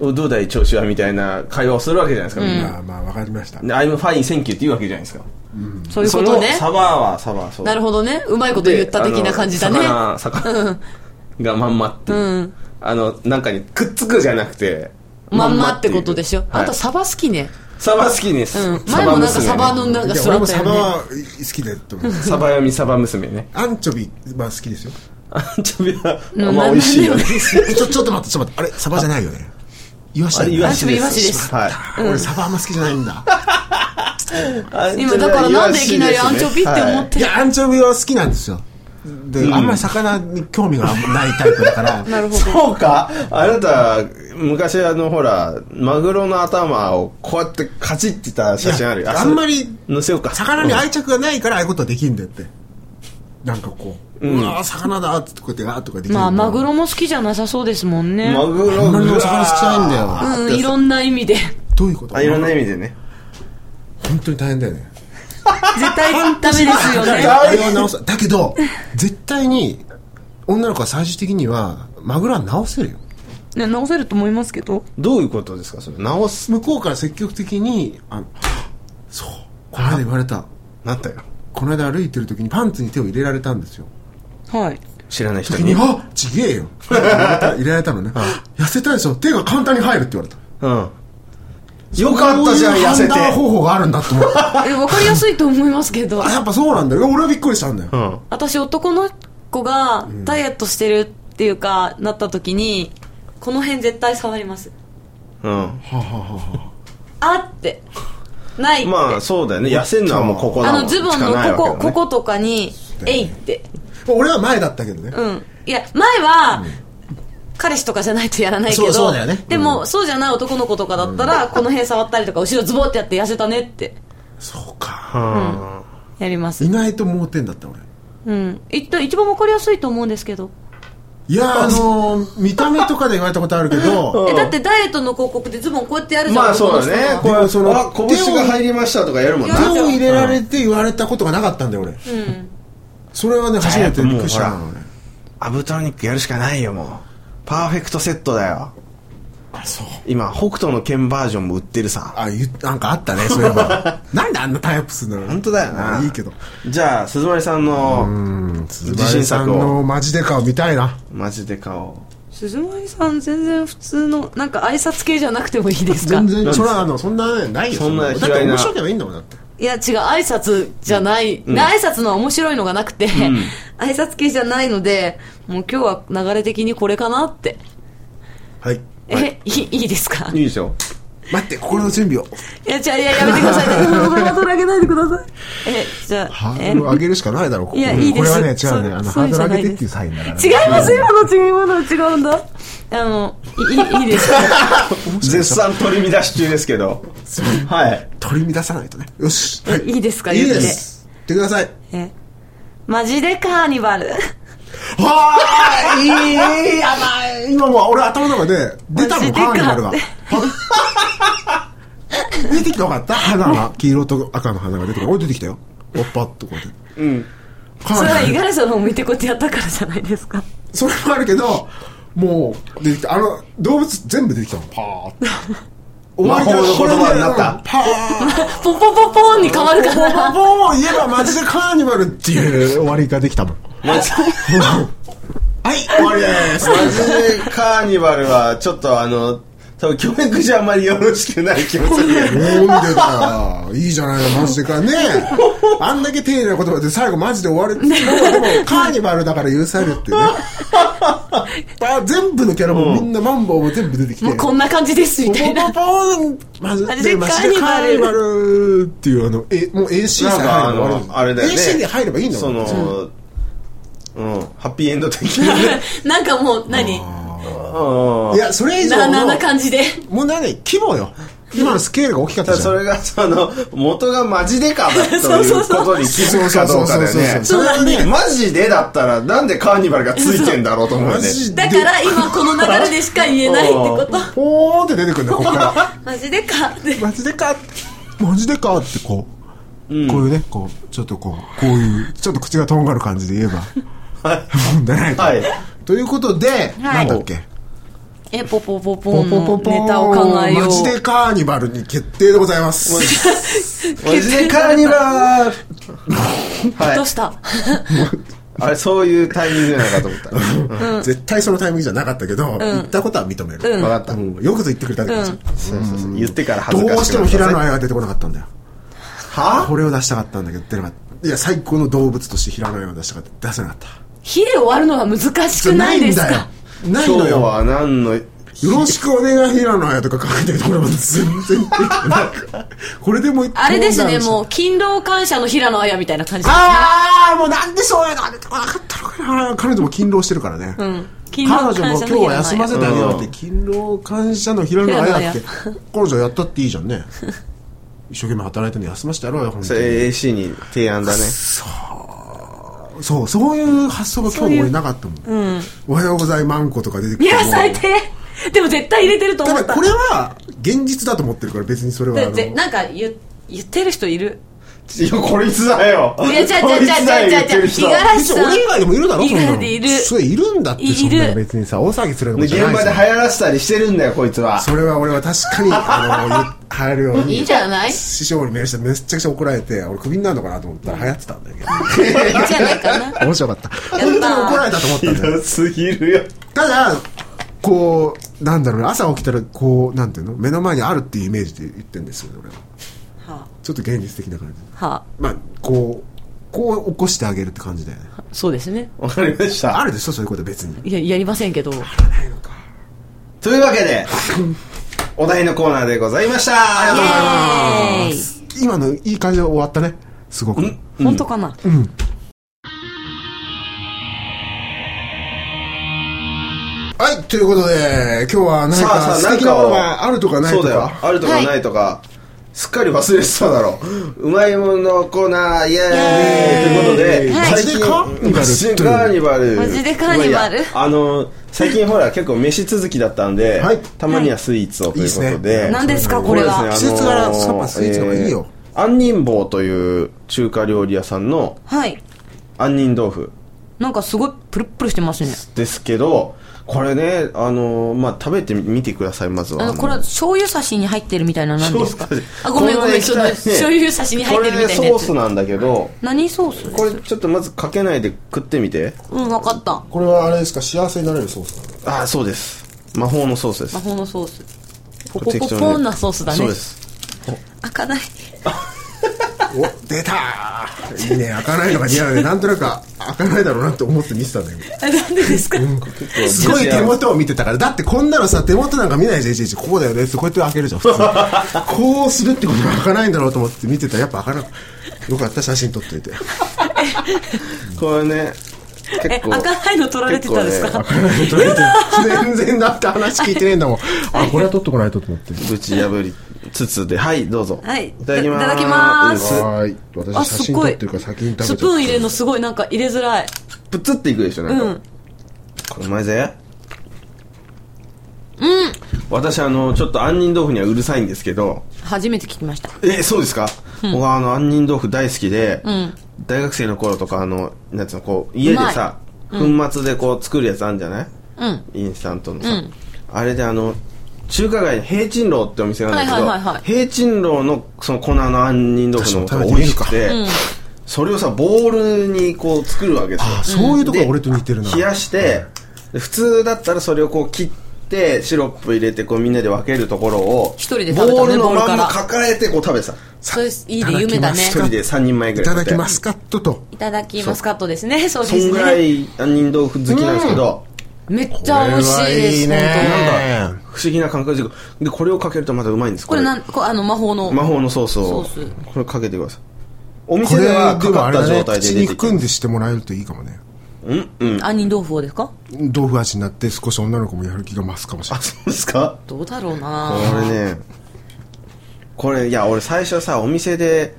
S1: お「どうだい調子は」みたいな会話をするわけじゃないですかみんな
S2: まあまあわかりまし
S1: 「
S2: た
S1: で I'm fine thank you」って言うわけじゃないですか
S3: そういうこ
S1: そ
S3: と
S1: の
S3: ね。
S1: サバはサバそう
S3: なるほどね。うまいこと
S1: で
S3: 言った的な感じだ
S1: あ
S3: ね。
S1: の魚魚がまんまっていう、
S3: うん
S1: あのなんかにくっつくじゃなくて
S3: まんまって
S1: いう
S3: ことでしょ。
S1: は
S3: あ
S1: い
S3: んたサバ好きね。
S1: サバ好きです、
S3: うん。前もなんかサバの
S1: 娘ね
S3: なんか
S2: いや
S3: す
S2: 俺
S3: るっ
S2: も
S3: た
S2: サ
S3: よ
S2: バ
S3: ね。
S2: は好きでと思う
S1: サバ読みサバ娘ね
S2: アンチョビまあ好きですよ
S1: アンチョビは、
S3: うん
S1: まあ美味しいよね
S3: なんでもいいし
S2: えちょち ょっと待ってちょっと待ってあれサバじゃないよねイワシ
S1: あ
S2: だ
S1: れ
S2: よ
S1: イ
S2: ね
S1: ワシです
S3: イワシです
S1: はい
S2: 俺サバあんま好きじゃないんだ
S3: 今だからなんでいきなりアンチョビって思って
S2: い
S3: る。
S2: やアンチョビは好きなんですよで、
S1: ん
S2: あんまり魚に興味があんまないタイプだから
S3: なるほど。
S1: そうかあなた昔あのほらマグロの頭をこうやってカチッてた写真ある
S2: い
S1: よ
S2: や
S1: そ
S2: あ
S1: れ
S2: んまり
S1: 載せようか
S2: 魚に愛着がないからああいうことはできんだよってなんかこう、うわー魚だーってこうやってガーッとかできる
S3: まあ、マグロも好きじゃなさそうですもんね。
S1: マグロ
S2: あんまりお魚好きじゃないんだよ
S3: うん、いろんな意味で。
S2: どういうこと
S1: あいろんな意味でね
S2: 本当に大変だよね
S3: 絶対ダ メですよ ね。
S2: あれは直すだけど絶対に女の子は最終的にはマグロは直せるよ
S3: ね、直せると思いますけど。
S1: どういうことですかそれ直す
S2: 向こうから積極的にあのそうこの間言われた
S1: なったよ
S2: この間歩いてる時にパンツに手を入れられたんですよ
S3: はい。
S1: 知らない人
S2: 時に
S1: に
S2: 「あちげえ よ」入れられた入れられたのね「痩せたでしょ手が簡単に入る」って言われた
S1: うんよかったじゃん
S2: そういう
S1: 痩せ
S2: 判
S1: て
S2: 断方法があるんだと 思った
S3: え、わかりやすいと思いますけど
S2: あ。やっぱそうなんだよ俺はびっくりしたんだよ、
S1: うん
S3: 私、男の子がダイエットしてるっていうか、なった時に、この辺絶対触ります。
S1: うん
S3: あって。ないって。
S1: まあそうだよね痩せんのはもうここだ
S3: あ
S1: もん
S3: の、ズボン
S1: しかない
S3: の
S1: わけだ
S3: ここ、
S1: ね
S3: こことかに、えいって。
S2: 俺は前だったけど ね、
S3: うん。いや、前は、彼氏とかじゃないとやらないけど。
S2: そうそうだよね
S3: でも、そうじゃない男の子とかだったら、この辺触ったりとか、後ろズボってやって痩せたねって、
S2: そうか
S1: うん
S3: やります
S2: い。ないと盲点だった俺
S3: うん。一体一番わかりやすいと思うんですけど。
S2: いやーあのー、見た目とかで言われたことある けど
S3: え、だってダイエットの広告でズボンこうやってやるじゃん。
S1: まあそう
S3: 男
S1: だ
S3: の
S1: ね
S3: 人
S1: こ
S2: で
S1: れ
S2: もその
S1: あ拳が入りましたとかやるもん
S2: 手
S1: な
S3: や
S2: を入れられて言われたことがなかったんだよ俺
S3: うん。
S2: それはね初めてびっくりした
S1: もう
S2: の
S1: ほ
S2: 俺
S1: アブトロニックやるしかないよもうパーフェクトセットだよ
S2: あそう
S1: 今北斗の剣バージョンも売ってるさ
S2: あゆなんかあったねそういえばなんであんなタイアップするの
S1: 本当だよない
S2: いけど
S1: じゃあ鈴森さんの
S2: うん
S1: 自信作を
S2: 鈴丸さんのマジで顔見たいな
S1: マジで顔
S3: 鈴森さん全然普通の、なんか挨拶系じゃなくてもいいですか
S2: 全然それはあのそんなねないよ
S1: そんな
S2: だって
S1: 卑猥な
S2: 面白ければいいんだもんだって
S3: いや違う、挨拶じゃない、で挨拶のは面白いのがなくて、挨拶系じゃないので、もう今日は流れ的にこれかなって。
S2: はい
S3: え、い、いいですか
S1: いいでしょ
S2: 待って心の準備を
S3: いや、じゃあ、いや、やめてくだ さい。これは取り上げないでください。え、じゃ
S2: ハ
S3: あ、え、
S2: ー
S3: 違い
S2: ドル上げるしかないだろここ
S3: いやいいです
S2: これはね違うね
S3: そ
S2: あの
S3: そ
S2: ハ
S3: う
S2: ー
S3: いう
S2: ド
S3: じゃ
S2: ル
S3: な
S2: 上げ
S3: いで
S2: てっ
S3: す
S2: ていうサインだから
S3: ます、今の違います、違うんだ。あの、いい、いいですか
S1: 絶賛取り乱し中ですけ どはい
S2: 取り乱さないとねよしはい
S3: いいですか
S2: い
S3: 言
S2: い
S3: っ
S2: で
S3: て
S2: す言ってください
S3: え、マジでカーニバル。
S2: はあ、いい、いい甘い。今もう俺頭の中で、出たもん、
S3: マジでか
S2: カーニバルが。出てきた分かった花が、黄色と赤の花が出てくる。おい、出てきたよ。おっぱっとこうやって。
S1: うん。
S2: カ
S3: それは
S2: ー
S3: 五
S2: ニ
S3: 十
S2: バル。
S3: 嵐さんの方向いてこうやってやったからじゃないですか
S2: それもあるけど、もう、出てきた。あの、動物全部出てきたの。パーって。終
S1: 魔法の言葉になった
S2: パーッ
S3: ポンポンポンポンに変わるか
S2: ボボ
S3: ら
S2: ボーン言えばマジでカーニバルっていう終わりができたもん。
S1: マジ
S2: はい、終わりです。
S1: マジでカーニバルはちょっとあの多分教育じゃあんまりよろしくない気もするけど
S2: なんでだよいいじゃないの、マジで かねあんだけ丁寧な言葉で最後マジで終わるってでもカーニバルだから許されるっていうね。あ全部のキャラもみんなマンボウも全部出てきて。
S3: もうこんな感じですみたい
S2: ボボ
S3: な
S2: ボーンマジで
S3: マジで
S2: マジでカーニバルっていうあの、え、もう AC
S1: な
S2: さ
S1: んんかあ
S2: 入れば終わる
S1: のあれだよね
S2: AC に入ればいいんだも
S1: そ
S2: ん。
S1: のうんハッピーエンド的にね
S3: なんかもう何
S1: うん
S2: いや、それ以上
S3: な
S2: の。
S3: なな感じで
S2: もう何規模よ今のスケールが大きかったた
S1: だ
S2: じゃん
S1: それがその元がマジでかだと
S3: そう
S1: い
S3: そう
S1: う
S3: そ
S1: こ
S3: う
S1: とに気づくかどうかだよね
S2: そう
S3: そうそうそうそうそう
S1: れにマジでだったらなんでカーニバルがついてんだろうと思うよね
S3: だから今この流れでしか言えないってこと
S2: ポーンって出てくるんだここから
S3: マジでかって
S2: マジでかマジでかってこう、こういうねこうちょっとこうこういうちょっと口がとんがる感じで言えば問題ないと、
S1: はい
S2: ということで、なんだっけ
S3: えポポポポ
S2: ポ
S3: ン
S2: ポポ
S3: の
S2: ポ
S3: ネタを考えよう
S2: マジでカーニバルに決定でございます
S1: マジでカーニバルは
S3: どう
S1: い
S3: した
S1: あれそういうタイミングじゃないかと思った
S2: 絶対そのタイミングじゃなかったけど、言ったことは認める、
S1: 分かった
S2: うんよくぞ言ってくれたけど、
S1: そうそうそう言ってから恥ずか
S2: どう
S1: し
S2: し
S1: く
S2: て
S1: な
S2: も
S1: った
S2: 平野綾が出てこなかったんだよ
S1: は
S2: これを出したかったんだけど出なかったいや最高の動物として平野を出したかった出せなかった
S3: 火で終わるのは難しくないですか
S2: な
S1: 今
S2: いの
S1: 日
S2: よ
S1: は何の
S2: よろしくお願い平野綾とか考えてるところまで全然できてないこれでもう
S3: あれですねも
S2: う
S3: う勤労感謝の平野綾みたいな感じですね
S2: ああもうなんでそういうのが出てこなかったのかな彼女も勤労してるからね、
S3: うん
S2: 彼
S3: 勤労
S2: 女も今
S3: 感
S2: 日
S3: 謝
S2: は
S3: の平野
S2: 休ませ
S3: 綾
S2: てあげようっ
S1: う
S2: て
S1: ん
S2: 勤労感謝の平野綾って彼女やったっていいじゃん ね一生懸命働いてるの休ませてやろうよ本
S1: そ
S2: 当に
S1: れ AC に提案だね
S2: そうそういう発想が今日俺なかったもんおはようございまんことか出てく
S3: い
S2: る
S3: や最低でも絶対入れてると思
S2: た
S3: っ
S2: だ
S3: た
S2: これは現実だと思ってるから別にそれはあ
S3: だ
S2: の
S3: ぜなんか言言ってる人いる
S1: いやこいつだよ
S3: いや違う違う違う違う違う
S1: 東
S3: 五十嵐
S2: 別に俺以外でもいるだろ
S3: 以
S2: そんな
S3: 外
S2: の
S3: でいる
S2: それいるんだって
S3: いる
S2: そんなの別にさ大騒ぎするのじ
S1: 現
S2: ゃない
S1: 場で流
S2: さ
S1: 行らせたりしてるんだよこいつは
S2: それは俺は確かにあの流行るように
S3: いいじゃないいい
S2: 師匠にメールしてめっちゃくちゃ怒られて俺クビになるのかなと思ったら流行ってたんだけど
S3: じゃないかな
S2: 面白かった本当
S3: やっ
S2: に
S3: たー
S2: 怒られたと思ったんだよ
S1: 広すぎるよ
S2: ただこうなんだろうな朝起きたらこうなんていうの目の前にあるっていうイメージで言ってるんですよ俺は
S3: は
S2: ちょっと現実的な感じ
S3: あ、は
S2: まあこうこう起こしてあげるって感じだよね
S3: あ、そうですね
S1: わかりまし
S2: あ
S1: た
S2: るでしょそういうこと別に
S3: いややりませんけど
S1: というわけでお題のコーナーでございました
S3: イエーイ
S2: 今のいい感じで終わったねすごく
S3: 本当かな、
S2: はいということで今日は何
S1: さ
S2: か
S1: あ
S2: 素
S1: さあ
S2: 敵なものがあるとかないと
S1: そうだよ
S2: か
S1: あるとかないとか、すっかり忘れてただろう。うまいものコーナー、イエーイということで、
S3: はい
S1: 最近、
S2: マ
S1: マ
S2: ジ
S1: ジ
S2: で
S1: で
S2: カ
S1: カ
S2: ー
S1: ーニバル。
S3: マジでカーニバル
S1: まあいいやあの、最近ほら、結構飯続きだったんで、
S2: はい
S1: たまにはスイーツをということ
S2: いい
S1: で。
S2: っすね
S3: 何ですかこれ
S1: そうで
S3: は
S1: すね
S2: 季節柄やっぱスイーツの方がいいよ。
S1: あのーえー杏仁坊という中華料理屋さんの
S3: はい
S1: 杏仁豆腐
S3: なんかすごいプルップルしてますね
S1: ですけど、これね、あのーまあ、食べてみてください、まずは。
S3: あのこれは醤油差しに入ってるみたいな何ですか
S1: 醤油
S3: あごめん
S1: こ
S3: ご
S1: の
S3: めん
S1: 液
S3: そ
S1: 体
S3: の
S1: ね
S3: 醤油差しに入ってるみた
S1: こ
S3: いな
S1: れ
S3: や
S1: ね
S3: つ
S1: ソースなんだけど、
S3: 何ソースです
S1: これちょっとまずかけないで食ってみて。
S3: うん分かった
S2: これはあれですか幸せになれるソースなの
S1: ああ、そうです。魔法のソースで
S3: 魔
S1: す。
S3: 法のソースポ
S1: こ
S3: ポ
S1: れ
S3: ポ
S1: 適当に
S3: ポンなソースだね
S1: そうです。
S3: 開かない
S2: お出たーいいね開かないのが似合うねなんとなくあ開かないだろうなって思って見てたんだよ
S3: あなんでですか、
S2: すごい手元を見てたからだってこんなのさ手元なんか見ないじゃんいちいちこうだよねってこうやって開けるじゃん普通こうするってことは開かないんだろうと思って見てたらやっぱ開かなかったよかった写真撮っといて
S1: これね、結
S3: え
S1: 構。
S3: 開かないの取られてたんですか、
S2: 全然だって話聞いてねえんだもんあこれは撮っとかないとと思って
S1: ぶち破りつつで、はい、どうぞ。
S3: はい
S1: いただきます。
S3: いただきます
S1: うん
S2: はーい
S3: あ
S2: 私写
S3: す
S2: 真
S3: ご
S2: 撮
S3: い
S2: ってるから先に食べちゃった
S3: スプーン入れるのすごいなんか入れづらい
S1: プツっていくでしょ、なんか。
S3: うん
S1: これうまいぜ。うん。私、あの、ちょっと杏仁豆腐にはうるさいんですけど、
S3: 初めて聞きました
S1: え、そうですか、僕はあの、杏仁豆腐大好きで、
S3: ん
S1: 大学生の頃とか、あの、なんつうの、こう、家でさ、粉末でこう作るやつあるんじゃない
S3: うん
S1: インスタントのさ、あれであの中華街に平珍楼ってお店があるんだけど、
S3: はいはいはいはい
S1: 平珍楼のその粉の杏仁豆腐の
S2: 確かに
S1: 方が美味しく
S2: 食べ
S1: て、それをさボウルにこう作るわけですよ
S2: あそういうとこ
S1: で
S2: 俺と似てるな
S1: 冷やして、で普通だったらそれをこう切ってシロップ入れてこうみんなで分けるところを
S3: 一人で食べたね
S1: ボウルの
S3: ボウル
S1: ま
S3: か
S1: ん
S3: ら
S1: ま抱えてこう食べてた
S3: それいいで夢だね
S2: い
S1: 一人で3人前ぐ
S2: い
S1: ら
S2: た
S1: い食べ
S2: だ
S1: て
S2: きマスカットと
S3: いただきマスカットですねそう
S1: そ
S3: で
S1: ん
S3: す
S1: ぐら
S3: ね
S1: い杏仁豆腐好きなんですけど、
S3: めっちゃ美味しいです
S2: これはいいね
S1: なんか不思議な感覚ででこれをかけるとまたうまいんです
S3: これなんこあの魔法の
S1: 魔法のソースを
S3: ソー
S1: これかけてくださいお店
S2: こ
S1: で
S2: れ
S1: は
S2: で
S1: か
S2: も
S1: か
S2: あ
S1: っ
S2: れ
S1: た
S2: だね
S1: 状態で
S2: 口
S1: 出て
S2: に
S1: き
S2: 含
S1: ま
S2: ん
S1: す
S2: でしてもらえるといいかもね
S1: うんうん
S3: 杏仁豆腐をですか
S2: 豆腐味になって少し女の子もやる気が増すかもしれ
S1: あ
S2: ない
S1: そうですか
S3: どうだろう
S1: こ
S3: な
S1: れねこれいや俺最初さお店で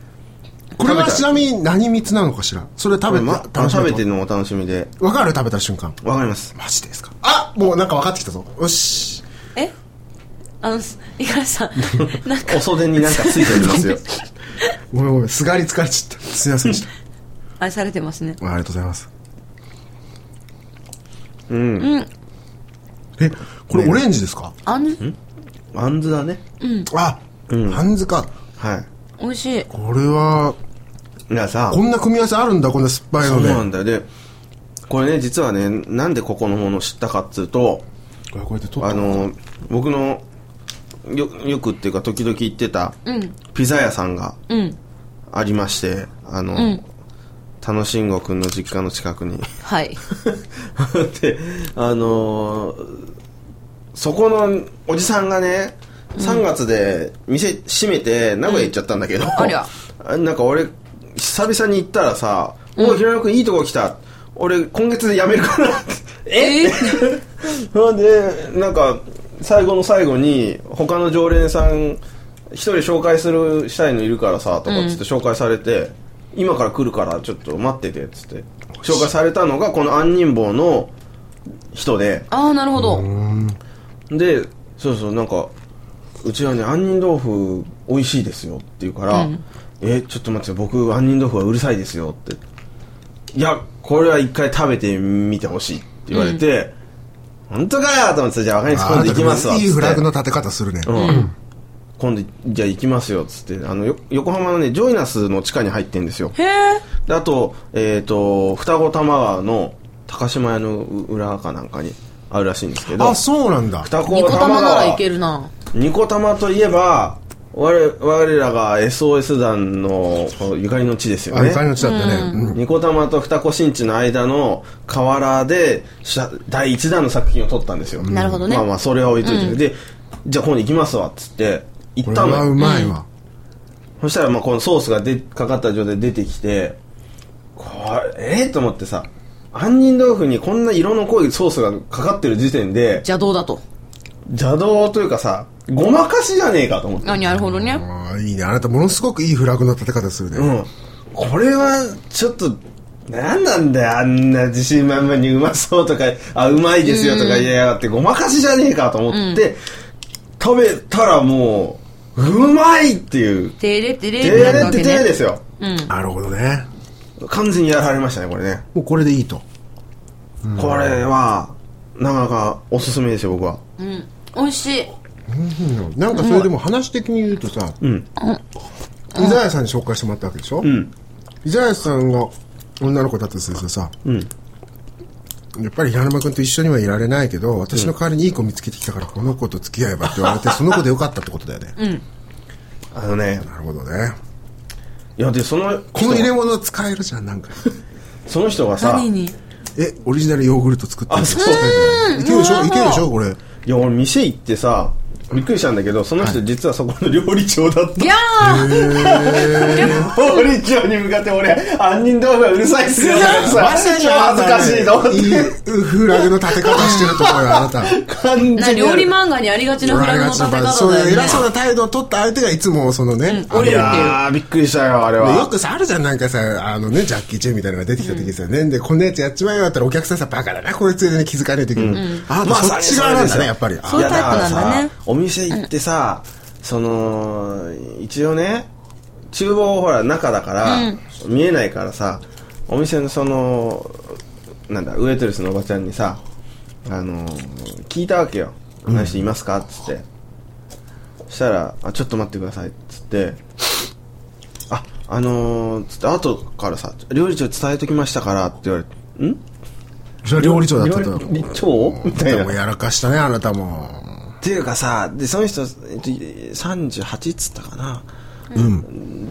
S2: これは
S1: 食べた
S2: ちなみに何蜜なのかしらそれ食
S1: これ
S2: べて、
S1: ま
S2: 楽し
S1: 食
S2: め
S1: べ
S2: た
S1: てるのも楽しみで
S2: わかる食べた瞬間
S1: わかります
S2: マジですかあもうなんか分かってきたぞよし
S3: えあの五十嵐さんなんか
S1: お袖になんかついてるんです よ
S2: ごめんごめんすがり疲れちゃったすいませんでし
S3: 愛されてますね
S2: たあありがとうございます
S1: うん
S2: えこれオレンジですか、
S3: あん
S1: あんずだね
S2: あ、ハンズか
S1: はい
S3: 美味しい
S2: これは
S1: だからさ
S2: こんな組み合わせあるんだこんな酸っぱい
S1: そ
S2: の
S1: う
S2: ね
S1: なんだよでこれね実はねなんでここのものを知ったかっつうと
S2: これこうやって取っ
S1: あ
S2: た
S1: の僕のよよくっていうか時々行ってた
S3: うん
S1: ピザ屋さんが
S3: うん
S1: ありましてあの、
S3: ん
S1: 楽しんごくんの実家の近くに
S3: はい
S1: であのーそこのおじさんがね3月で店閉めて名古屋行っちゃったんだけど、
S3: ありゃ
S1: あなんか俺久々に行ったらさ「おいひろやくんいいとこ来た俺今月で辞めるから」え
S3: え
S1: なんでなんか最後の最後に他の常連さん一人紹介するしたいのいるからさとかっつって紹介されて、今から来るからちょっと待っててっつって紹介されたのがこの杏仁坊の人で
S3: ああなるほど
S1: でそうそうなんかうちはね杏仁豆腐美味しいですよって言うから、えちょっと待って僕杏仁豆腐はうるさいですよっていやこれは一回食べてみてほしいって言われて、本当かよと思ってじゃあ分かりました今度行きますわっつっ
S2: い
S1: て
S2: いフラグの立て方するね、
S1: うん、今度じゃあ行きますよっつってあのよ横浜のねジョイナスの地下に入ってんですよ
S3: へえ
S1: であと,、えー、と双子玉川の高島屋の裏かなんかにあるらしいんですけど
S2: あそうなんだ
S1: 双
S3: ニ
S1: 子
S3: コ
S1: 玉
S3: 玉ならい
S1: 川
S3: けるな
S1: ニコ玉といえば我我らが SOS 団のこうゆかりの地ですよ
S2: あ
S1: ね
S2: ゆかりの地だったね、うん
S1: ニコ玉と二子新地の間の河原でしゃ第1弾の作品を撮ったんですよ
S3: なるほどね
S1: まあまあそれは置いといて、でじゃあ今度行きますわっつって行
S2: こ
S1: っ
S2: れ
S1: たの
S2: はう
S1: よ
S2: まいわ、
S1: そしたらまあこのソースがでかかった状態で出てきてこれえー、と思ってさ杏仁豆腐にこんな色の濃いソースがかかってる時点で
S3: 邪道だと
S1: 邪道というかさごまかしじゃねえかと思って
S3: あなるほどね
S2: ああいいねあなたものすごくいいフラグの立て方するね、
S1: うんこれはちょっと何なんだよあんな自信満々にうまそうとかあうまいですよとか言いやがってごまかしじゃねえかと思って、食べたらもううまいっていう
S3: てれてれ
S1: てれれ
S3: っ
S1: ってて
S3: な
S1: てれ
S3: るわ
S1: で
S3: けね
S1: すよ
S3: うん
S2: なるほどね
S1: 完全にやられましたねこれね、
S2: もうこれでいいと
S1: これはなかなかおすすめですよ僕は
S3: うん美味しい
S2: うんなんかそれでも話的に言うとさ、
S1: ん
S2: 伊沢谷さんに紹介してもらったわけでしょ、
S1: ん
S2: 伊沢谷さんが女の子だとするとさ、
S1: ん
S2: やっぱり平沼君と一緒にはいられないけど私の代わりにいい子見つけてきたからこの子と付き合えばって言われてその子でよかったってことだよね、
S1: あのね
S2: なるほどね
S1: いやでその
S2: この入
S1: 人
S2: れ
S1: が
S2: 物使えるじゃんなんか
S1: その人がさ
S3: 何に
S2: えオリジナルヨーグルト作ってる
S1: あそう
S2: いけるでしょいけるでしょこれ
S1: いや俺店行ってさびっくりしたんだけどその人実はそこの料理長だった
S3: ギャ
S1: 料
S3: ー
S1: 理長に向かって俺犯人動画うるさいっすよ
S2: まさに
S1: 恥ずかしいと思っ
S2: いいフラグの立て方してると思うよ、あなた。
S1: て感
S3: な
S1: じ
S3: 料理漫画にありがちなフラグの立て方だよね
S2: そういう偉そうな態度を取った相手がいつもそのね、
S3: 折
S1: い
S3: れるっていう
S1: やーびっくりしたよあれ
S2: でよ
S1: は
S2: くさ、あるじゃん、なんかさ、あのね、ジャッキー・チェンみたいなのが出てきた時さ、ねんで、こんなやつやっちまえよだったら、お客さんさ、バカだな、こいつでね、気づかない時に。あ、まあ、そっち側なんだね、やっぱり。
S3: そういうタイプなんだね
S1: いやからさお店行ってさ、その一応ね厨房ほら中だから、見えないからさお店のそのなんだウエイトレスのおばちゃんにさあの聞いたわけよ「何していますか?」っつって、そしたらあ「ちょっと待ってください」っつって「ああのー」つって後からさ「料理長伝えときましたから」って言われて「ん
S2: それは料理長だったと。
S1: 料理長?」みたい
S2: で
S1: な
S2: もやらかしたね、あなたも。
S1: っていうかさでその人、えっと、38っつったかな、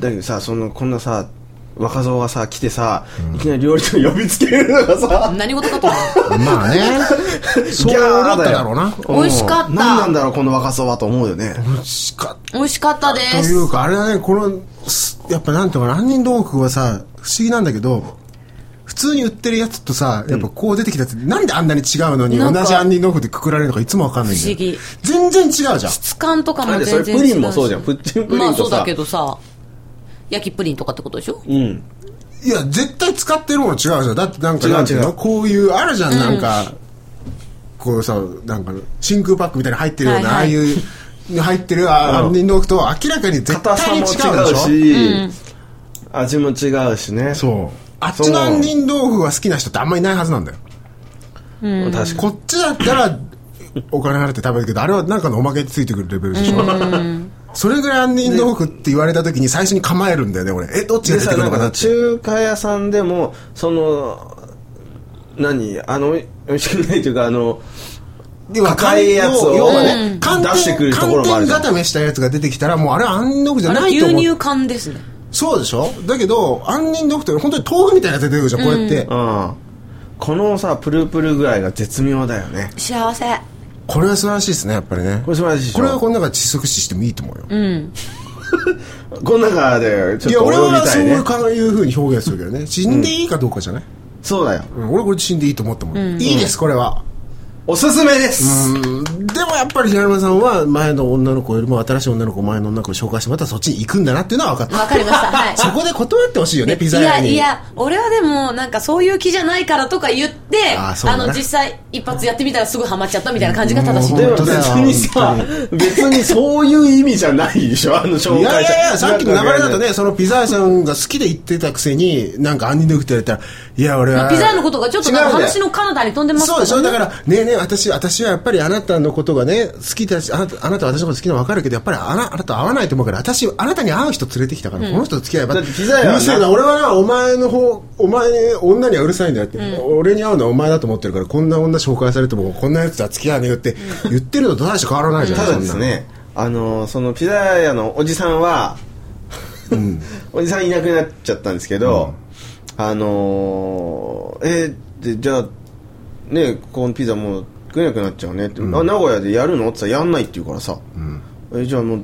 S1: だけどさそのこんなさ若造がさ来てさ、いきなり料理長呼びつけるのがさ
S3: 何事か と思
S2: まあ ね。そう思っただろうな。
S1: うん
S3: 美味しかった
S1: 何なんだろうこの若造はと思うよね
S2: しか
S3: う美味しかったで
S2: と
S3: す
S2: いうか、あれだね、この、すやっぱなんていうのかな、杏仁豆腐はさ、不思議なんだけど、普通に売ってるやつとさ、やっぱこう出てきたやつ、なんであんなに違うのに、同
S3: なん
S2: じ
S3: か
S2: 杏仁豆腐でくくられるのかいつもわかんないんだよ
S3: 不思議。
S2: 全然違うじゃん。
S3: 質感とか
S1: だっ
S3: も
S1: てそ
S3: 全
S1: れ
S3: 然違う
S1: プ
S3: し
S1: リンもそうじゃんプッチンプリンとさ
S3: まあそうだけどさ焼きプリンとかってことでしょ
S1: うん
S2: いや、絶対使ってるもの違うじゃん。だってなんか、
S1: 違う
S2: なんていう
S1: 違
S2: の
S1: う
S2: こういう、あるじゃん、なんか、こうさ、なんか、真空パックみたいに入ってるような、ああ
S3: はいはい
S2: いう、入ってるあ
S1: うん
S2: 杏仁豆腐と明らかに絶
S1: 硬さ
S2: 対に違
S1: も
S2: うでし
S1: 違う
S2: ょ。
S1: し、味も違うしね
S2: そう。あっちの杏仁豆腐が好きな人ってあんまいないはずなんだよ。
S1: うん確か
S2: こっちだったら、お金払って食べるけど、あれはなんかのおまけついてくるレベルでしょ。それぐらい杏仁豆腐って言われた時に最初に構えるんだよね、俺。え、どっち
S1: に
S2: が
S1: でさ
S2: 出てくる
S1: な
S2: の
S1: ん
S2: か
S1: か
S2: な
S1: さ
S2: って。
S1: 中華屋さんでもその何あの美味しくないというかあの
S2: 要は
S1: 硬いやつを
S2: 要は
S1: う
S2: ね
S1: ん、
S2: 寒天
S1: 出してくるところもあるじゃん
S2: 寒天固めしたやつが出てきたら、もうあれは杏仁豆腐じゃ
S3: あれ
S2: ないと
S3: 牛
S2: 思う。
S3: 乳缶ですね
S2: そうでしょだけど、杏仁豆腐って本当に豆腐みたいなやつ出てくるじゃん、こうやって。
S1: うんこのさプルプル具合が絶妙だよね
S3: 幸せ
S2: これは素晴らしいですね、やっぱりね。
S1: これ素晴らしいでしょ
S2: これはこの中で窒息死してもいいと思うよ。
S1: この中でちょっ
S2: いや、
S1: と
S2: 俺
S1: 俺み
S2: は
S1: た
S2: そう
S1: い
S2: い
S1: ね
S2: うかいうふうに表現するけどね。死んでいいかどうかじゃない、
S1: そうだよ
S2: うん俺これ死んでいいと思っても、いいです、これは。
S1: おすすめです
S2: でもやっぱり平山さんは前の女の子よりも新しい女の子前の女の子を紹介してまたそっちに行くんだなっていうのは分かっ
S3: わかりました はい
S2: たそこで断ってほしいよねピザ
S3: い
S2: 屋
S3: や
S2: に
S3: いや俺はでもなんかそういう気じゃないからとか言って
S2: あー
S3: あ
S2: そうだな
S3: の実際一発やってみたらすぐハマっちゃったみたいな感じが正しい
S2: うん
S1: でも
S2: 本当
S1: 別
S2: だよ
S1: にさ別にそういう意味じゃないでしょあの
S2: い
S1: 紹
S2: や
S1: 介
S2: い
S1: 者
S2: やいやさっきの流れだとねそのピザ屋さんが好きで行ってたくせになんか杏仁豆腐って言われたらいや俺は
S3: ピザ屋のことがちょっとなん
S1: 違うん
S3: か
S1: だよ
S3: 話の彼方に飛んでます
S2: そうでしょだかららねえねえ私私はやっぱりあなたのことがね好きだしあなたあなたは私のこと好きなの分かるけどやっぱりあなあなたは合わないと思うから私あなたに合う人連れてきたから、この人と付き合えば
S1: だってピザ屋はな
S2: うるせえな俺はなお前の方お前女にはうるさいんだよって、俺に合うのはお前だと思ってるからこんな女紹介されてもこんなやつとは付き合わねえよって言ってるのと大して変わらないじゃない
S1: ただですねあのそのピザ屋のおじさんは おじさんいなくなっちゃったんですけど、あのーえーでじゃあねこのピザもう食えなくなっちゃうねって、あ名古屋でやるのって言ったらやんないって言うからさ、えじゃあもう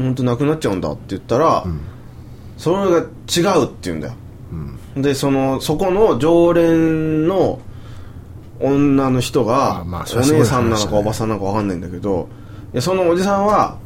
S1: 本当なくなっちゃうんだって言ったら、それが違うって言うんだよ、でそのそこの常連の女の人が、
S2: あまあそ
S1: お
S2: れはすごい
S1: 姉さんなの
S2: 話だ
S1: か
S2: ね
S1: おばさんなのかわかんないんだけどいやそのおじさんは、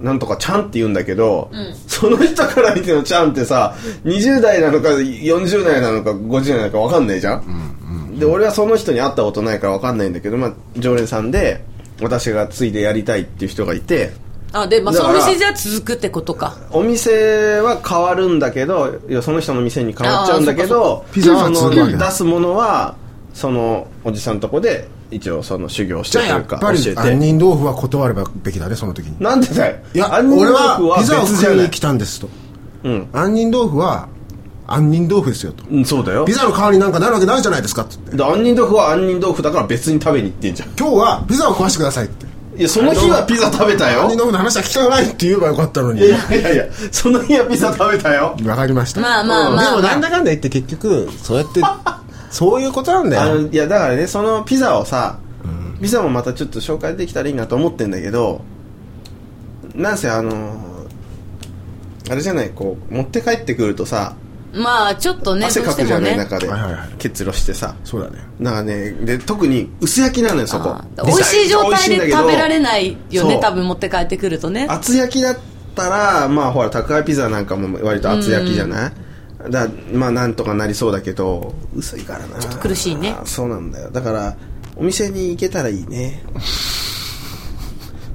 S1: なんとかちゃんって言うんだけど、その人から見てのちゃんってさ20代なのか40代なのか50代なのかわかんないじゃん,、で俺はその人に会ったことないからわかんないんだけど、まあ、常連さんで私がついでやりたいっていう人がいて
S3: あでまあ
S1: だ
S3: そ
S1: か
S3: の
S1: ら
S3: 店じゃ続くってことか
S1: お店は変わるんだけどいやその人の店に変わっちゃうんだけど
S2: あーそうかそうかピザは
S1: その
S2: 続くわけだ
S1: 出すものはそのおじさんとこで一応その修行し
S2: じ
S1: てとい
S2: ゃあや
S1: う
S2: っ
S1: か
S2: ぱり
S1: 教え
S2: 杏
S1: て
S2: 仁豆腐は断るべきだねその時に
S1: なんでだよ
S2: いや
S1: 杏仁
S2: 俺
S1: 豆腐
S2: はピザを
S1: 別じゃ
S2: 食い
S1: な
S2: に
S1: い
S2: 来たんですと
S1: うん
S2: 杏仁豆腐は杏仁豆腐ですよと
S1: うんそうだよ
S2: ピザの代わりになんかなるわけないじゃないですかって言って
S1: で杏仁豆腐は杏仁豆腐だから別に食べに行ってんじゃん
S2: 今日はピザを食わしてくださいって
S1: いやその日はピザ食べたよ
S2: 杏仁豆腐の話は聞きたくないって言えばよかったのに
S1: いやいやいやいやその日はピザ食べたよ
S2: わかりました
S3: まあまあまあ
S2: でもなんだかんだ言って結局そうやってそういうことなん
S1: あ
S2: だよ
S1: のいやだからねそのピザをさ、ピザもまたちょっと紹介できたらいいなと思ってんだけどなんせあのあれじゃないこう持って帰ってくるとさ
S3: まあちょっとね
S1: 汗
S3: どう
S1: か
S3: して
S1: くじ
S3: も
S1: ゃない
S3: ね
S1: 中で
S2: はいはいはい
S1: 結露してさ
S2: そうだね
S1: なんかねで特に薄焼きなのよそこ
S3: あー美味しい状態で食べられないよ
S1: そ
S3: ね
S1: う
S3: 多分持って帰ってくると ね
S1: 厚焼きだったらまあほら宅配ピザなんかも割と厚焼きじゃない、だまあなんとかなりそうだけど薄いからなちょっと
S3: 苦しいね
S1: そうなんだよだからお店に行けたらいいね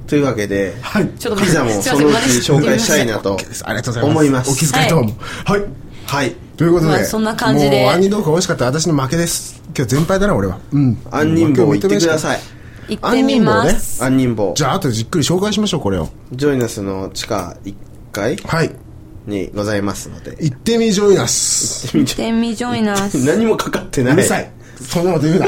S1: というわけで、
S2: はい
S3: ちょっと
S1: ピザもそのうち紹介したいな と
S2: OK ですありがとうございます
S1: 思います
S2: お気遣いとはもはい、
S1: はい
S2: ということで、
S3: まあそんな感じで
S2: もう杏仁豆腐美味しかった私の負けです今日全敗だな俺はうん
S1: 杏仁棒行ってください
S3: 行ってみます
S1: 杏仁棒
S2: じゃああとじっくり紹介しましょうこれを
S1: ジョイナスの地下1階
S2: はい
S1: にございますので
S2: 行ってみジョイナス
S3: デミジョイナス
S1: 何もかかってな
S2: う
S1: い
S2: るさい そんなこと言うな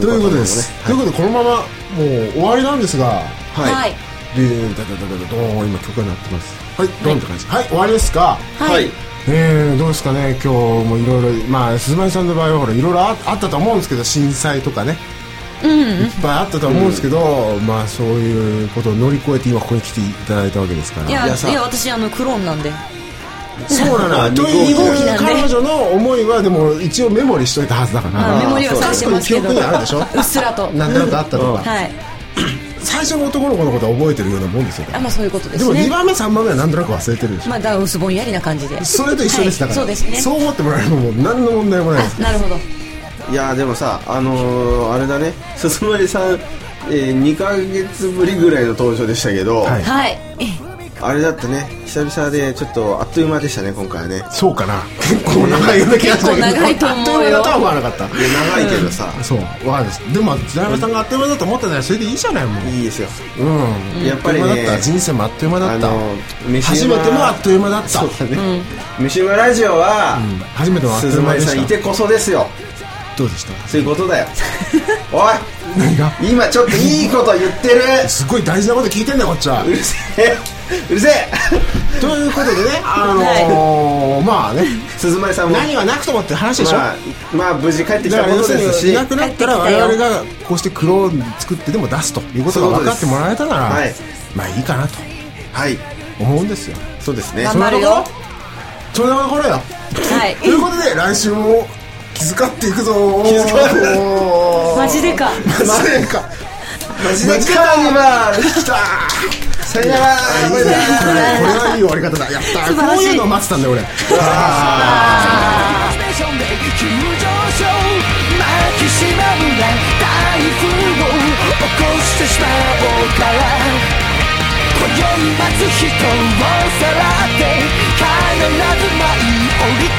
S2: ということです、ということでこのままもう終わりなんですが
S1: はい
S3: はい
S2: でだだだだだどーん今曲が鳴ってますはいドンって感じはい終わりですか
S1: は
S3: はいい
S2: えー、どうですかね今日もいろいろまあ鈴丸さんの場合はほらいろいろああったと思うんですけど震災とかねいっぱいあったと思うんですけど、まあそういうことを乗り越えて今ここに来ていただいたわけですから
S3: い
S1: い
S3: や
S1: やさ
S3: いや私あのクローンなんで
S2: そうなの と
S1: 二
S2: い
S1: 号機
S2: う
S3: なんで
S2: 彼女の思いはでも一応メモリしといたはずだから、
S3: まあメモリは
S1: そう
S3: さしてます
S2: 記
S3: け
S2: 憶
S3: ど
S2: にはあるでしょ
S3: うっすらと
S2: なんとなくあったとか、
S3: はい
S2: 最初の男の子のことは覚えてるようなもんですよ
S3: あまあそういうこと
S2: で
S3: で
S2: すも2
S3: ね
S2: 番目3番目はなんとなく忘れてるでしょ、
S3: まあダウスぼんやりな感じで
S2: それと一緒です、
S3: はい
S2: だから
S3: そうですね
S2: そう思ってもらえればもう何の問題もないです
S3: あなるほど
S1: いやーでもさあのー、あれだね鈴森さん、えー、2ヶ月ぶりぐらいの登場でしたけど、
S2: はい
S3: はい
S1: あれだったね久々でちょっとあっという間でしたね今回はねいや
S2: そうかな結構長いような気がしたけど
S3: 結構長いと思うよ
S2: あっという間だとは思わなかった
S1: 長いけどさ、
S2: そうわかんないですでも平山さんがあっという間だと思ってたらそれでいいじゃないもう
S1: いいですよ
S2: うん
S1: やっぱりね
S2: あという間だった人生もあっという間だった
S1: あの飯
S2: 初めてもあっという間だった
S1: そうだね、虫村ラジオは、
S2: うん初めてもあっとい
S1: 鈴
S2: う間
S1: 森
S2: で
S1: さんい
S2: した
S1: てこそですよ
S2: どうでした
S1: そういうことだよお
S2: 何が
S1: い今ちょっといいこと言ってる
S2: すごい大事なこと聞いてんだよこっちは
S1: うるせえうるせえ
S2: ということでねあのーまあね
S1: 鈴森さんも
S2: 何はなくともって話でしょ
S1: まあ、まあ無事帰ってき
S2: だ
S1: た
S2: から
S1: こ
S2: 要
S1: と
S2: する
S1: です
S2: にい
S1: し
S2: なくなったら
S3: 帰ってきた
S2: 我
S3: よ
S2: 々がこうしてクローン作ってでも出すということが分かってもらえたなら、
S1: そういうことです
S2: まあいいかなと
S1: はい
S2: 思うんですよ
S1: そうですね
S3: 頑張るよ
S2: そんなところよ
S3: は い
S2: ということで来週も気遣っていくぞ気
S1: 遣って
S3: マジでか
S2: マジでか
S1: マジで来た今来たさよなら
S2: これはいい終わり方だやった
S3: 素晴ら
S2: こ
S3: し
S2: う
S3: い
S2: いうの待ってたんだよ俺
S4: ステーションで急上昇マキシマムな台風を起こしてしまおうから今宵待つ人をさらって必ず舞い降りて